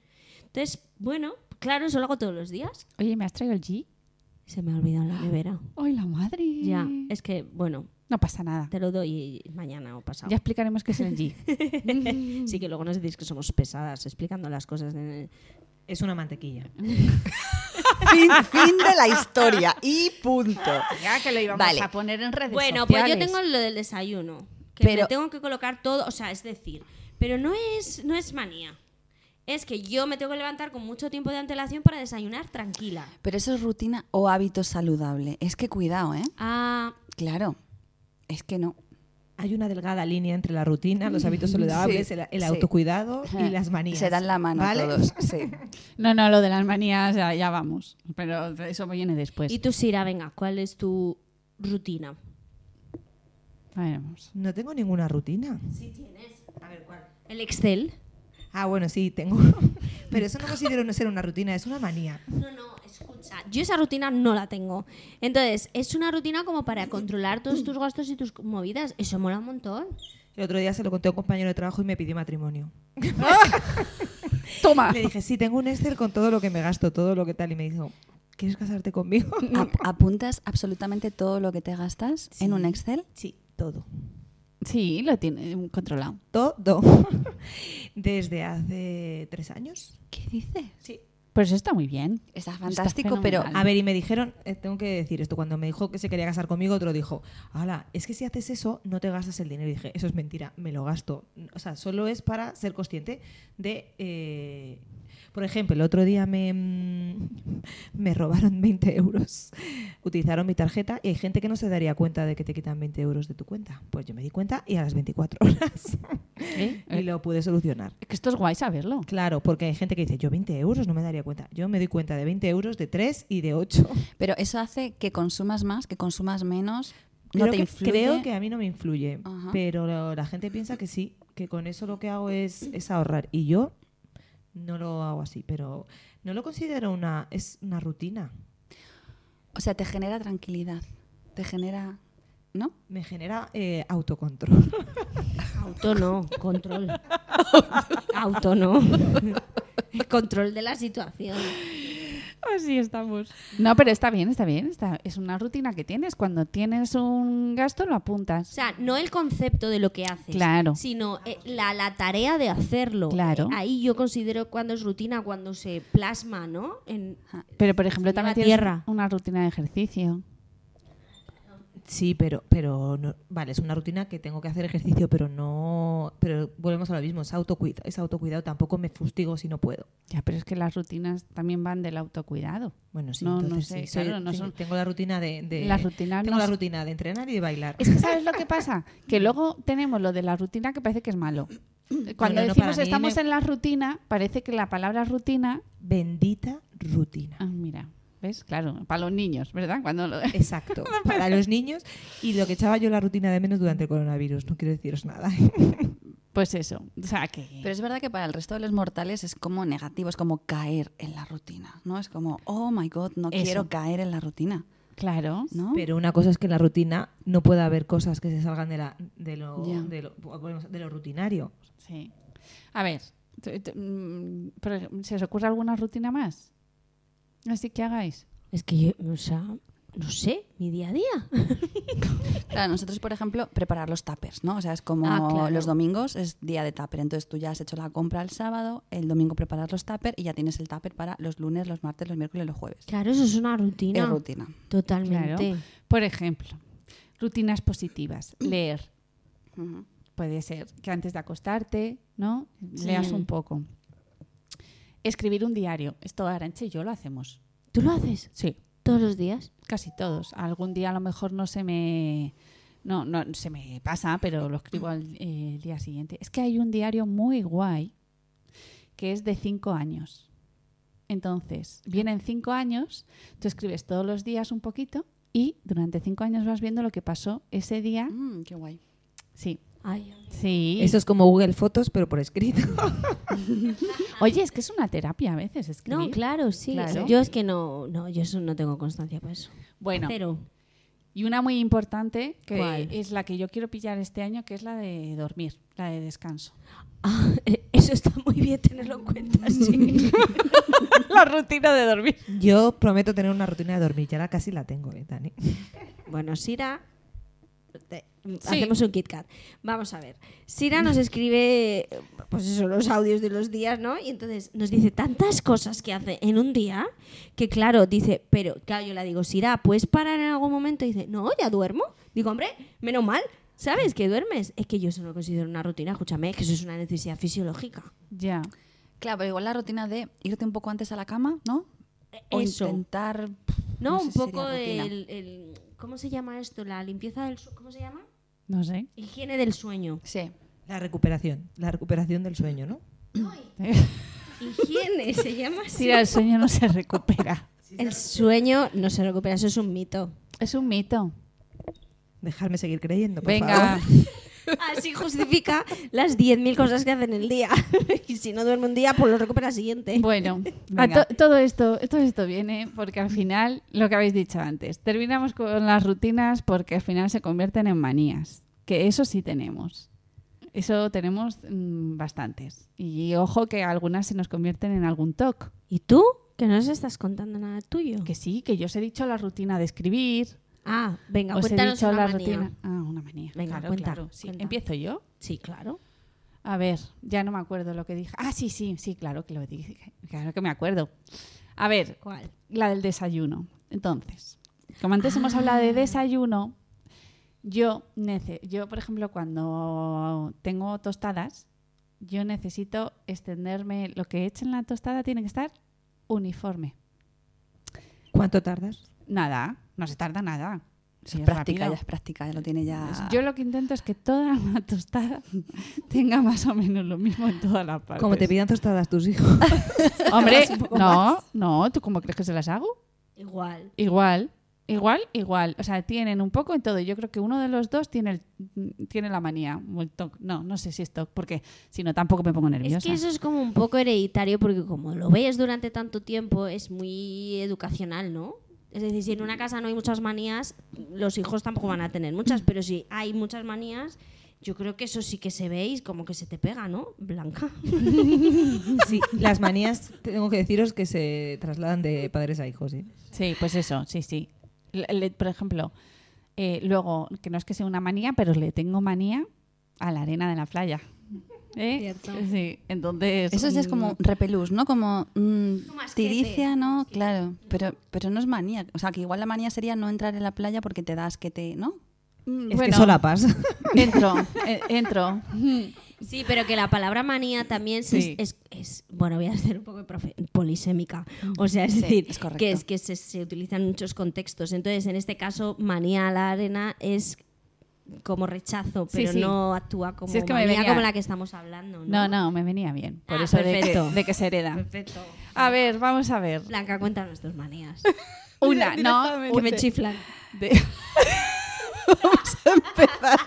Speaker 4: Entonces, bueno, claro, eso lo hago todos los días.
Speaker 3: Oye, ¿me has traído el G?
Speaker 4: Se me ha olvidado en la nevera.
Speaker 3: ¡Ay, la madre!
Speaker 4: Ya, es que, bueno,
Speaker 3: No pasa nada.
Speaker 4: te lo doy mañana o pasado.
Speaker 3: Ya explicaremos qué es el G.
Speaker 4: sí que luego nos decís que somos pesadas explicando las cosas. de-
Speaker 1: Es una mantequilla.
Speaker 5: Fin, fin de la historia. Y punto.
Speaker 3: Ya que lo íbamos
Speaker 5: Vale.
Speaker 3: a poner en redes
Speaker 4: Bueno, pues
Speaker 3: sociales.
Speaker 4: yo tengo lo del desayuno. Que
Speaker 5: Pero-
Speaker 4: me tengo que colocar todo, o sea, es decir, pero no es, no es manía. Es que yo me tengo que levantar con mucho tiempo de antelación para desayunar tranquila.
Speaker 5: Pero eso es rutina o hábito saludable. Es que cuidado, ¿eh?
Speaker 4: Ah,
Speaker 5: Claro. Es que no.
Speaker 1: Hay una delgada línea entre la rutina, los hábitos saludables,
Speaker 5: Sí,
Speaker 1: el, el
Speaker 5: sí.
Speaker 1: autocuidado
Speaker 5: Ajá.
Speaker 1: y las manías.
Speaker 5: Se dan la mano
Speaker 1: ¿vale?
Speaker 5: todos. Sí.
Speaker 3: No, no, lo de las manías ya, ya vamos. Pero eso viene después.
Speaker 4: y tú, Sira, venga, ¿cuál es tu rutina?
Speaker 3: A ver, vamos.
Speaker 1: No tengo ninguna rutina.
Speaker 4: ¿El Excel?
Speaker 1: Ah, bueno, sí, tengo. Pero eso no considero no ser una rutina, es una manía.
Speaker 4: No, no, escucha. Yo esa rutina no la tengo. Entonces, es una rutina como para controlar todos tus gastos y tus movidas. Eso mola un montón.
Speaker 1: El otro día se lo conté a un compañero de trabajo y me pidió matrimonio.
Speaker 3: ¡Toma!
Speaker 1: Le dije, sí, tengo un Excel con todo lo que me gasto, todo lo que tal. Y me dijo, ¿quieres casarte conmigo?
Speaker 5: Ap- apuntas absolutamente todo lo que te gastas en un Excel.
Speaker 1: Sí, todo.
Speaker 3: Sí, lo tiene controlado.
Speaker 1: Todo. Desde hace tres años.
Speaker 5: ¿Qué dices?
Speaker 1: Sí.
Speaker 3: Pues eso está muy bien.
Speaker 5: Está fantástico, pero ah,
Speaker 3: fenomenal.
Speaker 1: A ver, y me dijeron, eh, tengo que decir esto, cuando me dijo que se quería casar conmigo, otro dijo, ala, es que si haces eso, no te gastas el dinero. Y dije, eso es mentira, me lo gasto. O sea, solo es para ser consciente de... eh, por ejemplo, el otro día me, mm, me robaron 20 euros, utilizaron mi tarjeta y hay gente que no se daría cuenta de que te quitan 20 euros de tu cuenta. Pues yo me di cuenta y a las 24 horas
Speaker 3: ¿Eh?
Speaker 1: y lo pude solucionar.
Speaker 3: Es que esto es guay saberlo.
Speaker 1: Claro, porque hay gente que dice, yo 20 euros no me daría cuenta. Yo me doy cuenta de 20 euros, de 3 y de 8.
Speaker 5: Pero eso hace que consumas más, que consumas menos. No
Speaker 1: Creo,
Speaker 5: te
Speaker 1: que,
Speaker 5: influye.
Speaker 1: creo que a mí no me influye,
Speaker 5: Ajá.
Speaker 1: pero la, la gente piensa que sí, que con eso lo que hago es, es ahorrar. Y yo no lo hago así, pero no lo considero una, es una rutina.
Speaker 5: O sea, te genera tranquilidad. Te genera. ¿No?
Speaker 1: Me genera eh, autocontrol.
Speaker 4: Auto no, control. Auto no. El control de la situación.
Speaker 3: Así estamos. No, pero está bien, está bien. Está, es una rutina que tienes. Cuando tienes un gasto, lo
Speaker 4: O
Speaker 3: apuntas.
Speaker 4: sea, no el concepto de lo que haces,
Speaker 3: Claro.
Speaker 4: sino eh, la, la tarea de hacerlo.
Speaker 3: Claro.
Speaker 4: Eh, ahí yo considero cuando es rutina, cuando se plasma, ¿no? En,
Speaker 3: Pero, por ejemplo,
Speaker 4: Lleva
Speaker 3: también tienes
Speaker 4: tierra.
Speaker 3: una rutina de ejercicio.
Speaker 1: Sí, pero, pero no- vale, es una rutina que tengo que hacer ejercicio, pero no, pero volvemos a lo mismo, es autocuidado, es autocuidado, tampoco me fustigo si no puedo.
Speaker 3: Ya, pero es que las rutinas también van del autocuidado.
Speaker 1: Bueno, sí,
Speaker 3: No, no
Speaker 1: entonces
Speaker 3: sé,
Speaker 1: sí, soy-
Speaker 3: claro, no
Speaker 1: sí,
Speaker 3: son-
Speaker 1: tengo la rutina de, de-
Speaker 3: La rutina
Speaker 1: tengo
Speaker 3: no
Speaker 1: la
Speaker 3: es-
Speaker 1: rutina de entrenar y de bailar.
Speaker 3: Es que ¿sabes lo que pasa? Que luego tenemos lo de la rutina que parece que es malo. Cuando
Speaker 1: no, no,
Speaker 3: decimos
Speaker 1: para mí
Speaker 3: estamos
Speaker 1: me-
Speaker 3: en la rutina, parece que la palabra rutina...
Speaker 1: Bendita rutina.
Speaker 3: Ah, mira, ¿ves? Claro, para los niños, ¿verdad? Cuando lo...
Speaker 1: Exacto, para los niños y lo que echaba yo la rutina de menos durante el coronavirus, no quiero deciros nada.
Speaker 3: Pues eso, o sea que...
Speaker 5: Pero es verdad que para el resto de los mortales es como negativo, es como caer en la rutina, ¿no? Es como, oh my god, no
Speaker 3: Eso.
Speaker 5: quiero caer en la rutina,
Speaker 3: Claro.
Speaker 5: ¿no?
Speaker 1: Pero una cosa es que en la rutina no pueda haber cosas que se salgan de, la, de, lo,
Speaker 5: Ya.
Speaker 1: de, lo, volvemos- de lo rutinario.
Speaker 3: Sí. A ver, t- t- mm, por ej- ¿se os ocurre alguna rutina más? Así que hagáis.
Speaker 4: Es que yo, o sea, no sé, mi día a día.
Speaker 5: Claro, nosotros, por ejemplo, preparar los tuppers, ¿no? O sea, es como
Speaker 4: Ah, claro.
Speaker 5: los domingos es día de tupper, entonces tú ya has hecho la compra el sábado, el domingo preparar los tupper y ya tienes el tupper para los lunes, los martes, los miércoles, los jueves.
Speaker 4: Claro, eso es una rutina.
Speaker 5: Es rutina.
Speaker 4: Totalmente.
Speaker 3: Claro. Por ejemplo, rutinas positivas. Leer.
Speaker 5: Ujú.
Speaker 3: Puede ser que antes de acostarte, ¿no? Leas un poco. Escribir un diario. Esto Aranche y yo lo hacemos.
Speaker 4: ¿Tú lo haces
Speaker 3: Sí.
Speaker 4: todos los días?
Speaker 3: Casi todos. Algún día a lo mejor no se me. No, no se me pasa, pero lo escribo al eh, el día siguiente. Es que hay un diario muy guay que es de cinco años. Entonces, vienen cinco años, tú escribes todos los días un poquito y durante cinco años vas viendo lo que pasó ese día.
Speaker 5: Mm, qué guay.
Speaker 3: Sí.
Speaker 4: Ay,
Speaker 3: Sí.
Speaker 1: Eso es como Google Fotos, pero por escrito.
Speaker 3: Oye, es que es una terapia a veces escribir.
Speaker 4: no, claro, sí.
Speaker 3: Claro.
Speaker 4: Yo es que no, no, yo eso no tengo constancia para eso.
Speaker 3: Bueno,
Speaker 4: Pero
Speaker 3: Y una muy importante, que
Speaker 4: ¿Cuál?
Speaker 3: es la que yo quiero pillar este año, que es la de dormir, la de descanso.
Speaker 4: Ah, eh, eso está muy bien tenerlo en cuenta, sí.
Speaker 3: la rutina de dormir.
Speaker 1: Yo prometo tener una rutina de dormir, ya la casi la tengo, ¿eh, Dani.
Speaker 4: bueno, Sira, te-
Speaker 3: Sí.
Speaker 4: hacemos un KitKat. Vamos a ver. Sira nos escribe, eh, pues eso, los audios de los días, ¿no? Y entonces nos dice tantas cosas que hace en un día que, claro, dice, pero, claro, yo le digo, Sira, ¿puedes parar en algún momento? Y dice, no, ya duermo. Digo, hombre, menos mal. ¿Sabes que duermes? Es que yo eso no lo considero una rutina, escúchame, es que eso es una necesidad fisiológica.
Speaker 3: Ya.
Speaker 5: Claro, pero igual la rutina de irte un poco antes a la cama, ¿no? O
Speaker 4: Eso.
Speaker 5: intentar.
Speaker 4: No,
Speaker 5: Eh, sé
Speaker 4: un
Speaker 5: si
Speaker 4: poco
Speaker 5: sería rutina.
Speaker 4: el, el- ¿Cómo se llama esto? La limpieza del... su- ¿Cómo se llama?
Speaker 3: No sé.
Speaker 4: Higiene del sueño.
Speaker 5: Sí.
Speaker 1: La recuperación, la recuperación del sueño, ¿no?
Speaker 4: Higiene, se llama así.
Speaker 3: Sí, el sueño no se recupera.
Speaker 4: El sueño no se recupera, eso es un mito.
Speaker 3: Es un mito.
Speaker 1: Dejarme seguir creyendo, por
Speaker 3: Venga.
Speaker 1: favor.
Speaker 4: Así justifica las 10.000 cosas que hace en el día. y si no duerme un día, pues lo recupera el siguiente.
Speaker 3: Bueno, a
Speaker 5: Venga.
Speaker 3: to- todo esto, todo esto viene porque al final, lo que habéis dicho antes, terminamos con las rutinas porque al final se convierten en manías, que eso sí tenemos. Eso tenemos mm, bastantes. Y ojo que algunas se nos convierten en algún TOC.
Speaker 4: ¿Y tú? Que no nos estás contando nada tuyo.
Speaker 3: Que sí, que yo os he dicho la rutina de escribir,
Speaker 4: Ah, venga,
Speaker 3: os he
Speaker 4: cuéntanos
Speaker 3: dicho
Speaker 4: una
Speaker 3: la
Speaker 4: manía.
Speaker 3: rutina. Ah, una manía.
Speaker 4: Venga,
Speaker 3: claro,
Speaker 4: cuenta,
Speaker 3: claro. Sí,
Speaker 4: cuenta.
Speaker 3: Empiezo yo.
Speaker 4: Sí, claro.
Speaker 3: A ver, ya no me acuerdo lo que dije. Ah, sí, sí, sí, claro que lo dije. Claro que me acuerdo. A ver,
Speaker 4: ¿Cuál?
Speaker 3: la del desayuno. Entonces, como antes hemos hablado
Speaker 1: Ah.
Speaker 3: de desayuno, yo, nece- yo, por ejemplo, cuando tengo tostadas, yo necesito extenderme. Lo que he hecho en la tostada tiene que estar uniforme.
Speaker 1: ¿Cuánto tardas?
Speaker 3: Nada, no se tarda nada. Sí,
Speaker 5: Eso es
Speaker 3: es
Speaker 5: práctica,
Speaker 3: rápido.
Speaker 5: ya es práctica, ya lo tiene ya.
Speaker 3: Yo lo que intento es que toda la tostada tenga más o menos lo mismo en todas las partes.
Speaker 1: Como te pidan tostadas tus hijos.
Speaker 3: Hombre, no, no, ¿tú cómo crees que se las hago?
Speaker 4: Igual.
Speaker 3: Igual, igual, igual. O sea, tienen un poco en todo. Yo creo que uno de los dos tiene, el, tiene la manía. o el toc. No, no sé si es toc, porque si no tampoco me pongo nerviosa.
Speaker 4: Es que eso es como un poco hereditario porque como lo ves durante tanto tiempo es muy educacional, ¿no? Es decir, si en una casa no hay muchas manías, los hijos tampoco van a tener muchas, pero si hay muchas manías, yo creo que eso sí que se ve y como que se te pega, ¿no? Blanca.
Speaker 1: Sí, las manías tengo que deciros que se trasladan de padres a hijos, ¿eh?
Speaker 3: Sí, pues eso, sí, sí. Le- le- por ejemplo, eh, luego, que no es que sea una manía, pero le tengo manía a la arena de la playa. ¿Eh?
Speaker 4: Cierto.
Speaker 3: Sí, entonces...
Speaker 5: Eso ya es como
Speaker 3: mm,
Speaker 5: repelús, ¿no? Como mm,
Speaker 4: Como asquete.
Speaker 5: tiricia, ¿no? Claro, pero, pero no es manía. O sea, que igual la manía sería no entrar en la playa porque te das que te, ¿no?
Speaker 1: Es
Speaker 3: mm, bueno,
Speaker 1: que solapas.
Speaker 3: Entro, eh, entro.
Speaker 4: Sí, pero que la palabra manía también se-
Speaker 3: Sí.
Speaker 4: es, es- bueno, voy a ser un poco profe- polisémica.
Speaker 3: Mm.
Speaker 4: O sea, es
Speaker 5: Sí,
Speaker 4: decir,
Speaker 5: es correcto.
Speaker 4: que es que se, se utilizan muchos contextos. Entonces, en este caso, manía a la arena es como rechazo,
Speaker 3: Sí,
Speaker 4: pero
Speaker 3: sí.
Speaker 4: no actúa como
Speaker 3: Sí, es que me
Speaker 4: manía
Speaker 3: venía-
Speaker 4: como la que estamos hablando.
Speaker 3: No,
Speaker 4: No,
Speaker 3: no, me venía bien. Por
Speaker 4: Ah,
Speaker 3: eso de que,
Speaker 4: perfecto.
Speaker 3: de que se hereda.
Speaker 4: Perfecto.
Speaker 3: A ver, vamos a ver.
Speaker 4: Blanca, cuéntanos tus manías.
Speaker 3: Una, no,
Speaker 4: que
Speaker 3: un-
Speaker 4: me chiflan.
Speaker 3: de... Vamos a empezar.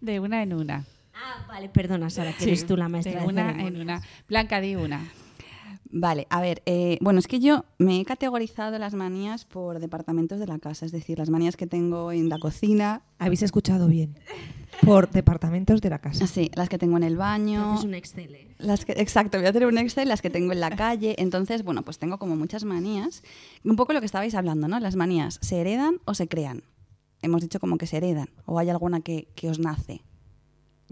Speaker 3: De una en una.
Speaker 4: Ah, vale, perdona, Sara, que eres tú la maestra.
Speaker 3: De
Speaker 4: De
Speaker 3: una en
Speaker 4: ceremonias.
Speaker 3: una. Blanca, di una.
Speaker 5: Vale, a ver, eh, bueno, es que yo me he categorizado las manías por departamentos de la casa, es decir, las manías que tengo en la cocina,
Speaker 1: Habéis escuchado bien. Por departamentos de la casa.
Speaker 5: sí, las que tengo en el baño,
Speaker 4: Ah, Haces un Excel. ¿eh?
Speaker 5: Las que, exacto, voy a tener un Excel, las que tengo en la calle. Entonces, bueno, pues tengo como muchas manías. Un poco lo que estabais hablando, ¿no? Las manías, ¿se heredan o se crean? Hemos dicho como que se heredan, o hay alguna que, que os nace.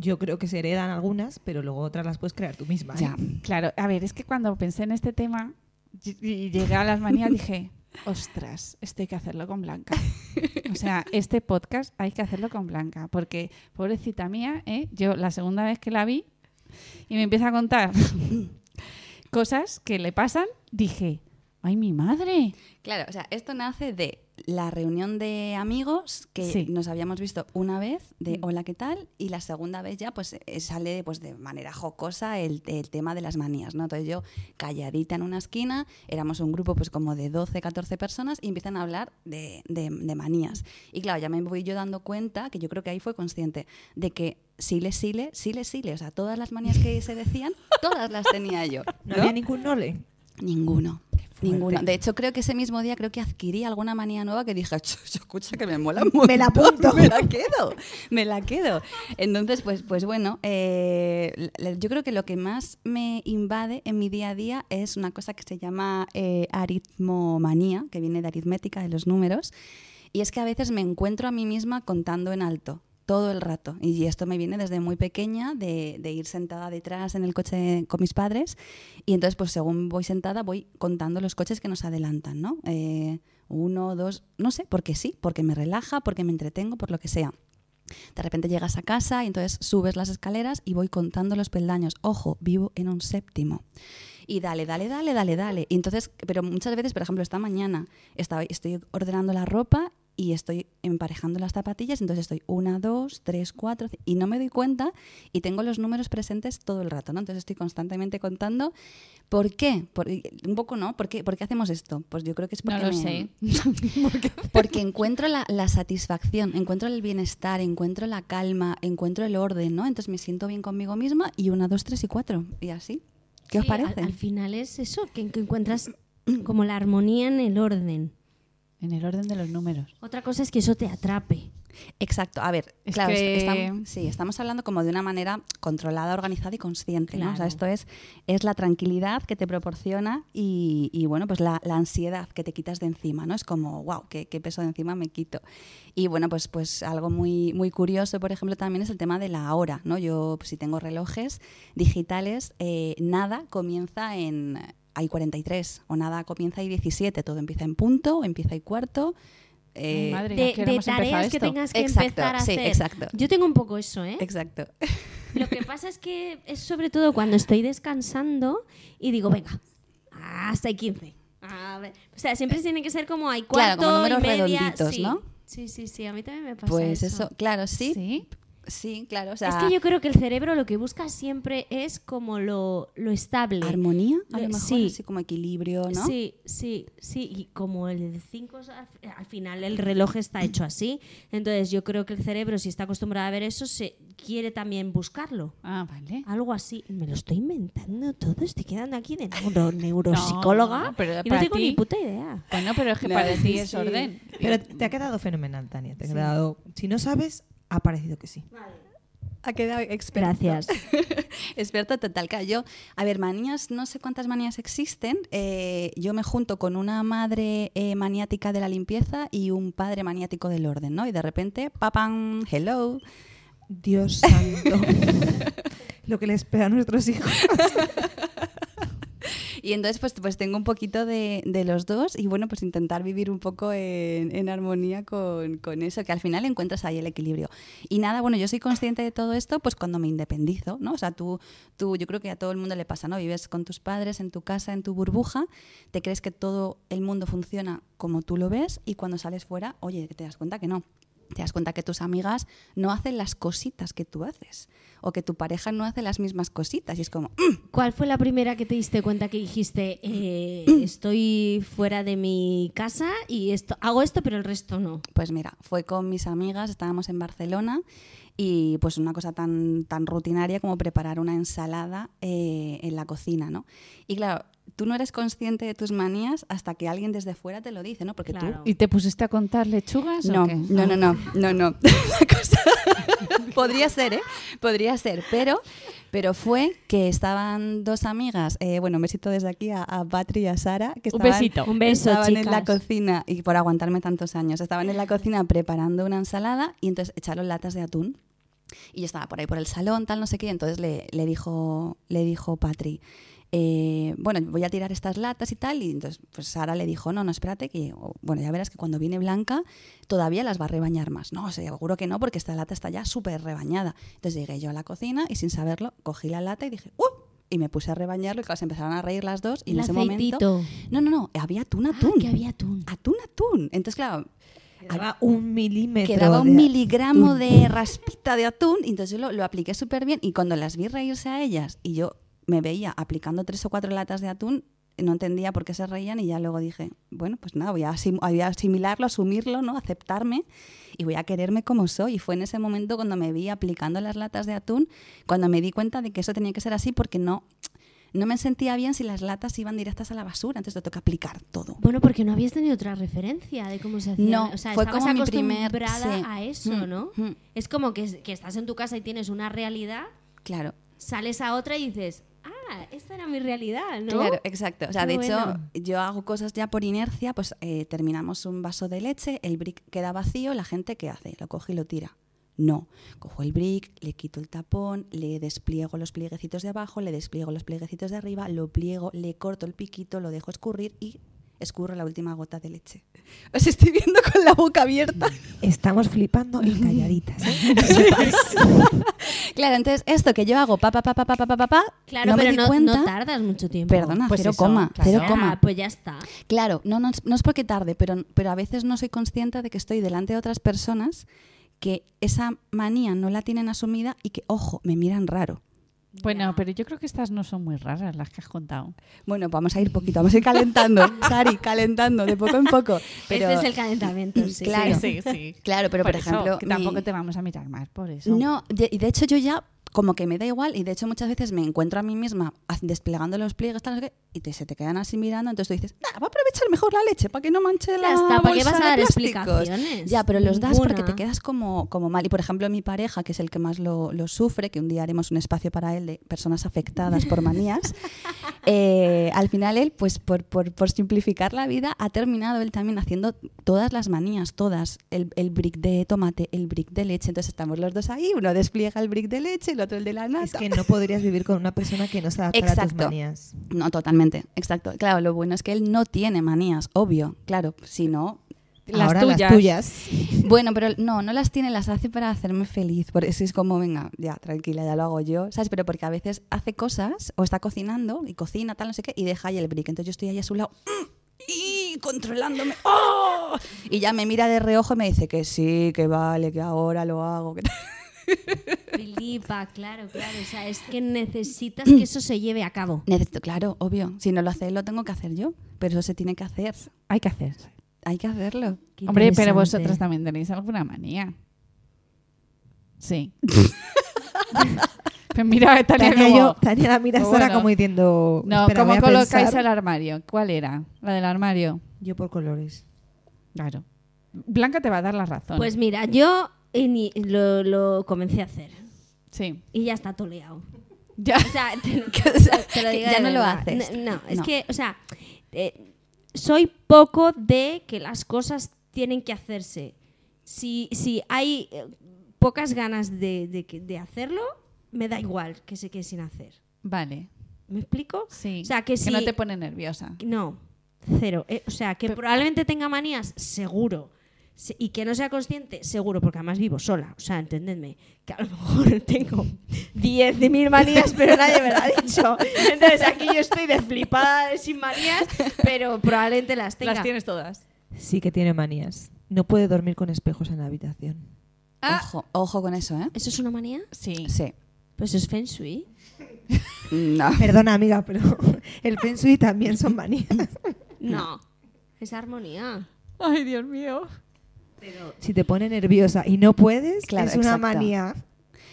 Speaker 1: Yo creo que se heredan algunas, pero luego otras las puedes crear tú misma. ¿eh?
Speaker 5: Ya.
Speaker 3: Claro, a ver, es que cuando pensé en este tema y- y llegué a las manías dije, ostras, esto hay que hacerlo con Blanca. O sea, este podcast hay que hacerlo con Blanca, porque pobrecita mía, ¿eh? yo la segunda vez que la vi y me empieza a contar cosas que le pasan, dije, ay, mi madre.
Speaker 5: Claro, o sea, esto nace de la reunión de amigos que
Speaker 3: Sí.
Speaker 5: nos habíamos visto una vez de hola, ¿qué tal? Y la segunda vez ya pues eh, sale pues de manera jocosa el, el tema de las manías, ¿no? Entonces yo calladita en una esquina, éramos un grupo pues como de 12, 14 personas y empiezan a hablar de, de- de manías. Y claro, ya me voy yo dando cuenta, que yo creo que ahí fue consciente, de que sile, sile, sile, sile, o sea, todas las manías que se decían, todas las tenía yo.
Speaker 1: No
Speaker 5: ¿no?
Speaker 1: había ningún nole.
Speaker 5: Ninguno. Ninguno. De hecho, creo que ese mismo día creo que adquirí alguna manía nueva que dije, "Ch- ch- escucha que me mola mucho.
Speaker 1: Me la apunto.
Speaker 5: me la quedo. Me la quedo. Entonces, pues, pues bueno, eh, la- yo creo que lo que más me invade en mi día a día es una cosa que se llama eh, aritmomanía, que viene de aritmética, de los números. Y es que a veces me encuentro a mí misma contando en alto todo el rato. Y esto me viene desde muy pequeña, de, de ir sentada detrás en el coche con mis padres. Y entonces, pues según voy sentada, voy contando los coches que nos adelantan, ¿no? Eh, uno, dos, no sé, porque sí, porque me relaja, porque me entretengo, por lo que sea. De repente llegas a casa y entonces subes las escaleras y voy contando los peldaños. Ojo, vivo en un séptimo. Y dale, dale, dale, dale, dale. Y entonces, pero muchas veces, por ejemplo, esta mañana estaba, estoy ordenando la ropa y estoy emparejando las zapatillas, entonces estoy una, dos, tres, cuatro, c- y no me doy cuenta y tengo los números presentes todo el rato, ¿no? Entonces estoy constantemente contando. ¿Por qué? Por- un poco, ¿no? ¿Por qué, por qué hacemos esto? Pues yo creo que es
Speaker 3: No
Speaker 5: porque
Speaker 3: lo
Speaker 5: me-
Speaker 3: sé.
Speaker 5: porque encuentro la, la satisfacción, encuentro el bienestar, encuentro la calma, encuentro el orden, ¿no? Entonces me siento bien conmigo misma y una, dos, tres y cuatro. Y así. ¿Qué os
Speaker 4: Sí, al-
Speaker 5: parece?
Speaker 4: Al, final es eso, que, que encuentras como la armonía en el orden.
Speaker 3: En el orden de los números.
Speaker 4: Otra cosa es que eso te atrape.
Speaker 5: Exacto. A ver,
Speaker 3: Es
Speaker 5: claro, es-
Speaker 3: que-
Speaker 5: estam- sí, estamos hablando como de una manera controlada, organizada y consciente, ¿no? O sea,
Speaker 4: Claro.
Speaker 5: esto es, es la tranquilidad que te proporciona y, y, bueno, pues la, la ansiedad que te quitas de encima, ¿no? Es como, wow, qué, qué peso de encima me quito. Y bueno, pues, pues algo muy, muy curioso, por ejemplo, también es el tema de la hora, ¿no? Yo, pues, si tengo relojes digitales, eh, nada comienza en... Hay 43 o nada comienza y 17, todo empieza en punto, o empieza y cuarto. eh,
Speaker 3: Madre,
Speaker 4: De,
Speaker 3: que no
Speaker 4: de
Speaker 3: hemos empezado
Speaker 4: tareas que
Speaker 3: esto.
Speaker 4: tengas que
Speaker 5: Exacto,
Speaker 4: empezar a
Speaker 5: sí,
Speaker 4: hacer.
Speaker 5: exacto.
Speaker 4: Yo tengo un poco eso, ¿eh?
Speaker 5: Exacto.
Speaker 4: Lo que pasa es que es sobre todo cuando estoy descansando y digo, venga, hasta hay 15. A ver. O sea, siempre tiene que ser como hay
Speaker 5: Claro,
Speaker 4: cuarto
Speaker 5: como números
Speaker 4: y media.
Speaker 5: redonditos,
Speaker 4: sí.
Speaker 5: ¿no?
Speaker 4: Sí, sí, sí, a mí también me pasa
Speaker 5: Pues
Speaker 4: eso.
Speaker 5: eso, claro, sí, sí,
Speaker 3: Sí.
Speaker 5: claro, o sea,
Speaker 4: es que yo creo que el cerebro lo que busca siempre es como lo, lo estable.
Speaker 5: armonía, a lo
Speaker 4: Eh,
Speaker 5: mejor,
Speaker 4: sí.
Speaker 5: así como equilibrio, ¿no?
Speaker 4: Sí, sí, sí. Y como el 5, al al final el reloj está hecho así. Entonces yo creo que el cerebro, si está acostumbrado a ver eso, se quiere también buscarlo.
Speaker 3: Ah, vale.
Speaker 4: Algo así. Me lo estoy inventando todo. Estoy quedando aquí de neuro- neuropsicóloga.
Speaker 3: No, pero
Speaker 4: y no
Speaker 3: para
Speaker 4: tengo
Speaker 3: ti-
Speaker 4: ni puta idea.
Speaker 3: Bueno, pero es que
Speaker 5: No,
Speaker 3: para
Speaker 5: sí,
Speaker 3: ti es
Speaker 5: sí.
Speaker 3: orden.
Speaker 1: Pero te ha quedado fenomenal, Tania. Te ha quedado. Si no sabes, ha parecido que sí.
Speaker 5: Ha quedado experto.
Speaker 4: Gracias.
Speaker 5: Experto total. Claro, yo, a ver, manías, no sé cuántas manías existen. eh, yo me junto con una madre eh, maniática de la limpieza y un padre maniático del orden, ¿no? Y de repente, papam, hello.
Speaker 1: Dios santo. Lo que le espera a nuestros hijos.
Speaker 5: Y entonces, pues, pues tengo un poquito de, de los dos y bueno, pues intentar vivir un poco en, en armonía con, con eso, que al final encuentras ahí el equilibrio. Y nada, bueno, yo soy consciente de todo esto, pues cuando me independizo, ¿no? O sea, tú, tú, yo creo que a todo el mundo le pasa, ¿no? Vives con tus padres, en tu casa, en tu burbuja, te crees que todo el mundo funciona como tú lo ves y cuando sales fuera, oye, te das cuenta que no. Te das cuenta que tus amigas no hacen las cositas que tú haces o que tu pareja no hace las mismas cositas y es como, "Mm,
Speaker 4: ¿Cuál fue la primera que te diste cuenta que dijiste, eh, estoy fuera de mi casa y esto hago esto, pero el resto no?
Speaker 5: Pues mira, fue con mis amigas, estábamos en Barcelona y pues una cosa tan, tan rutinaria como preparar una ensalada eh, en la cocina, ¿no? Y claro, tú no eres consciente de tus manías hasta que alguien desde fuera te lo dice, ¿no? Porque
Speaker 4: Claro.
Speaker 3: ¿Y te pusiste a contar lechugas
Speaker 5: tú... No,
Speaker 3: o qué? Ah.
Speaker 5: no, no, no, no, no. La cosa- Podría ser, ¿eh? Podría ser, pero, pero fue que estaban dos amigas, eh, bueno, un besito desde aquí a, a Patri y a Sara, que
Speaker 3: Un
Speaker 5: estaban,
Speaker 3: besito.
Speaker 4: Un beso,
Speaker 5: estaban en la
Speaker 4: chicas.
Speaker 5: cocina y por aguantarme tantos años estaban en la cocina preparando una ensalada y entonces echaron latas de atún y yo estaba por ahí por el salón tal no sé qué y entonces le, le dijo le dijo Patri eh, bueno voy a tirar estas latas y tal y entonces pues Sara le dijo no no espérate que o- bueno ya verás que cuando viene Blanca todavía las va a rebañar más no seguro que no porque esta lata está ya súper rebañada entonces llegué yo a la cocina y sin saberlo cogí la lata y dije ¡uh! y me puse a rebañarlo y claro se empezaron a reír las dos y
Speaker 4: El
Speaker 5: en ese
Speaker 4: aceitito.
Speaker 5: momento no no no había atún atún
Speaker 4: que había Ah, atún.
Speaker 5: atún, atún. Entonces, claro,
Speaker 1: Quedaba un milímetro.
Speaker 5: quedaba un
Speaker 1: de-
Speaker 5: miligramo de raspita de atún y entonces yo lo, lo apliqué súper bien y cuando las vi reírse a ellas y yo me veía aplicando tres o cuatro latas de atún, no entendía por qué se reían y ya luego dije, bueno, pues nada, voy a, asim- voy a asimilarlo, asumirlo, ¿no? aceptarme y voy a quererme como soy. Y fue en ese momento cuando me vi aplicando las latas de atún, cuando me di cuenta de que eso tenía que ser así porque no... no me sentía bien si las latas iban directas a la basura, entonces te toca aplicar todo.
Speaker 4: Bueno, porque no habías tenido otra referencia de cómo se hacía.
Speaker 5: No,
Speaker 4: o sea,
Speaker 5: fue
Speaker 4: estabas
Speaker 5: como mi primer-
Speaker 4: acostumbrada
Speaker 5: sí.
Speaker 4: a eso,
Speaker 5: Mm,
Speaker 4: ¿no?
Speaker 5: mm.
Speaker 4: Es como que, es- que estás en tu casa y tienes una realidad,
Speaker 5: Claro.
Speaker 4: sales a otra y dices, ah, esta era mi realidad, ¿no?
Speaker 5: Claro, eh, exacto. O sea,
Speaker 4: Qué
Speaker 5: de hecho,
Speaker 4: bueno.
Speaker 5: yo hago cosas ya por inercia, pues eh, terminamos un vaso de leche, el brick queda vacío, la gente ¿qué hace? Lo coge y lo tira. No, cojo el brick, le quito el tapón, le despliego los plieguecitos de abajo, le despliego los plieguecitos de arriba, lo pliego, le corto el piquito, lo dejo escurrir y escurro la última gota de leche. Os estoy viendo con la boca abierta.
Speaker 1: Estamos flipando y calladitas. ¿eh?
Speaker 5: claro, entonces esto que yo hago, pa, pa, pa, pa, pa, pa, pa, pa,
Speaker 4: Claro,
Speaker 5: no me
Speaker 4: pero
Speaker 5: di
Speaker 4: no,
Speaker 5: cuenta.
Speaker 4: no tardas mucho tiempo.
Speaker 5: Perdona,
Speaker 4: pues
Speaker 5: cero
Speaker 4: eso,
Speaker 5: coma,
Speaker 4: claro.
Speaker 5: cero
Speaker 4: Ya,
Speaker 5: coma.
Speaker 4: Pues ya está.
Speaker 5: Claro, no, no, es- no es porque tarde, pero, pero a veces no soy consciente de que estoy delante de otras personas que esa manía no la tienen asumida y que, ojo, me miran raro.
Speaker 3: Bueno, pero yo creo que estas no son muy raras las que has contado.
Speaker 5: Bueno, vamos a ir poquito, vamos a ir calentando, Sari, calentando de poco en poco. Pero,
Speaker 4: Este es el calentamiento, sí.
Speaker 5: Claro.
Speaker 3: Sí, sí.
Speaker 5: Claro, pero por, ejemplo...
Speaker 3: que
Speaker 5: mi-
Speaker 3: tampoco te vamos a mirar más por eso.
Speaker 5: No, de- y de hecho yo ya como que me da igual y de hecho muchas veces me encuentro a mí misma haz- desplegando los pliegues tal, no sé qué, y te- se te quedan así mirando, entonces tú dices, "Nah, va a aprovechar mejor la leche para que no manche la
Speaker 4: Ya está, ¿para qué
Speaker 5: bolsa
Speaker 4: vas a
Speaker 5: de
Speaker 4: dar
Speaker 5: plásticos".
Speaker 4: explicaciones?
Speaker 5: Ya, pero los das porque te
Speaker 4: Ninguna.
Speaker 5: quedas como, como mal. Y por ejemplo mi pareja, que es el que más lo, lo sufre, que un día haremos un espacio para él de personas afectadas por manías, eh, al final él, pues por, por, por simplificar la vida, ha terminado él también haciendo todas las manías, todas. El, el brick de tomate, el brick de leche. Entonces estamos los dos ahí, uno despliega el brick de leche, el otro el de la nata.
Speaker 1: es que no podrías vivir con una persona que no se adaptara a tus
Speaker 5: Exacto.
Speaker 1: manías.
Speaker 5: No, totalmente, exacto. Claro, lo bueno es que él no tiene manías, obvio, claro, si no...
Speaker 3: Las
Speaker 1: Ahora
Speaker 3: tuyas.
Speaker 1: las tuyas.
Speaker 5: Bueno, pero no, no las tiene, las hace para hacerme feliz. Por eso es como, venga, ya, tranquila, ya lo hago yo, ¿sabes? Pero porque a veces hace cosas o está cocinando y cocina, tal, no sé qué, y deja ahí el brick. Entonces yo estoy ahí a su lado mm, y controlándome. ¡Oh! Y ya me mira de reojo y me dice que sí, que vale, que ahora lo hago. que tal.
Speaker 4: Filipa, claro, claro. O sea, es que necesitas que eso se lleve a cabo.
Speaker 5: Necesito, claro, obvio. Si no lo hace él, lo tengo que hacer yo. Pero eso se tiene que hacer.
Speaker 3: Hay que hacer.
Speaker 5: Hay que hacerlo.
Speaker 4: Qué
Speaker 3: Hombre, pero
Speaker 4: interesante.
Speaker 3: vosotras también tenéis alguna manía. Sí. Pues mira, Tania,
Speaker 1: Tania,
Speaker 3: como-
Speaker 1: yo, Tania la mira a Sara
Speaker 3: Bueno.
Speaker 1: como diciendo.
Speaker 3: No,
Speaker 1: espera,
Speaker 3: ¿cómo
Speaker 1: voy a
Speaker 3: colocáis
Speaker 1: pensar.
Speaker 3: el armario? ¿Cuál era? La del armario.
Speaker 1: Yo por colores.
Speaker 3: Claro. Blanca te va a dar la razón.
Speaker 4: Pues mira, yo ini- lo, lo comencé a hacer
Speaker 3: sí.
Speaker 4: y ya está toleado.
Speaker 3: Ya.
Speaker 4: O sea, te,
Speaker 5: O sea,
Speaker 4: te lo
Speaker 5: que
Speaker 4: digo
Speaker 5: ya
Speaker 4: de
Speaker 5: no lo
Speaker 4: verdad.
Speaker 5: haces.
Speaker 4: No, no, es
Speaker 5: No.
Speaker 4: que, o sea, eh, soy poco de que las cosas tienen que hacerse. Si, si hay eh, pocas ganas de, de que- de hacerlo, me da igual que se quede sin hacer.
Speaker 3: Vale.
Speaker 4: ¿Me explico?
Speaker 3: Sí.
Speaker 4: O sea, que si-
Speaker 3: no te pone nerviosa.
Speaker 4: No, cero. Eh, o sea, que
Speaker 3: Pe-
Speaker 4: probablemente tenga manías, seguro. Se- Y que no sea consciente, seguro, porque además vivo sola. O sea, entendedme, que a lo mejor tengo 10.000 manías, pero nadie me lo ha dicho. Entonces aquí yo estoy de flipada de sin manías, pero probablemente las tenga.
Speaker 3: tienes todas.
Speaker 1: Sí que tiene manías. No puede dormir con espejos en la habitación.
Speaker 3: Ah.
Speaker 5: Ojo, ojo con eso, ¿eh?
Speaker 4: ¿Eso es una manía?
Speaker 3: Sí.
Speaker 5: Sí.
Speaker 4: Pues es Feng Shui.
Speaker 5: No.
Speaker 1: Perdona, amiga, pero el Feng Shui también son manías.
Speaker 4: No. Es armonía.
Speaker 3: Ay, Dios mío.
Speaker 1: Si te pone nerviosa y no puedes,
Speaker 5: Claro,
Speaker 1: es una
Speaker 5: exacto.
Speaker 1: manía.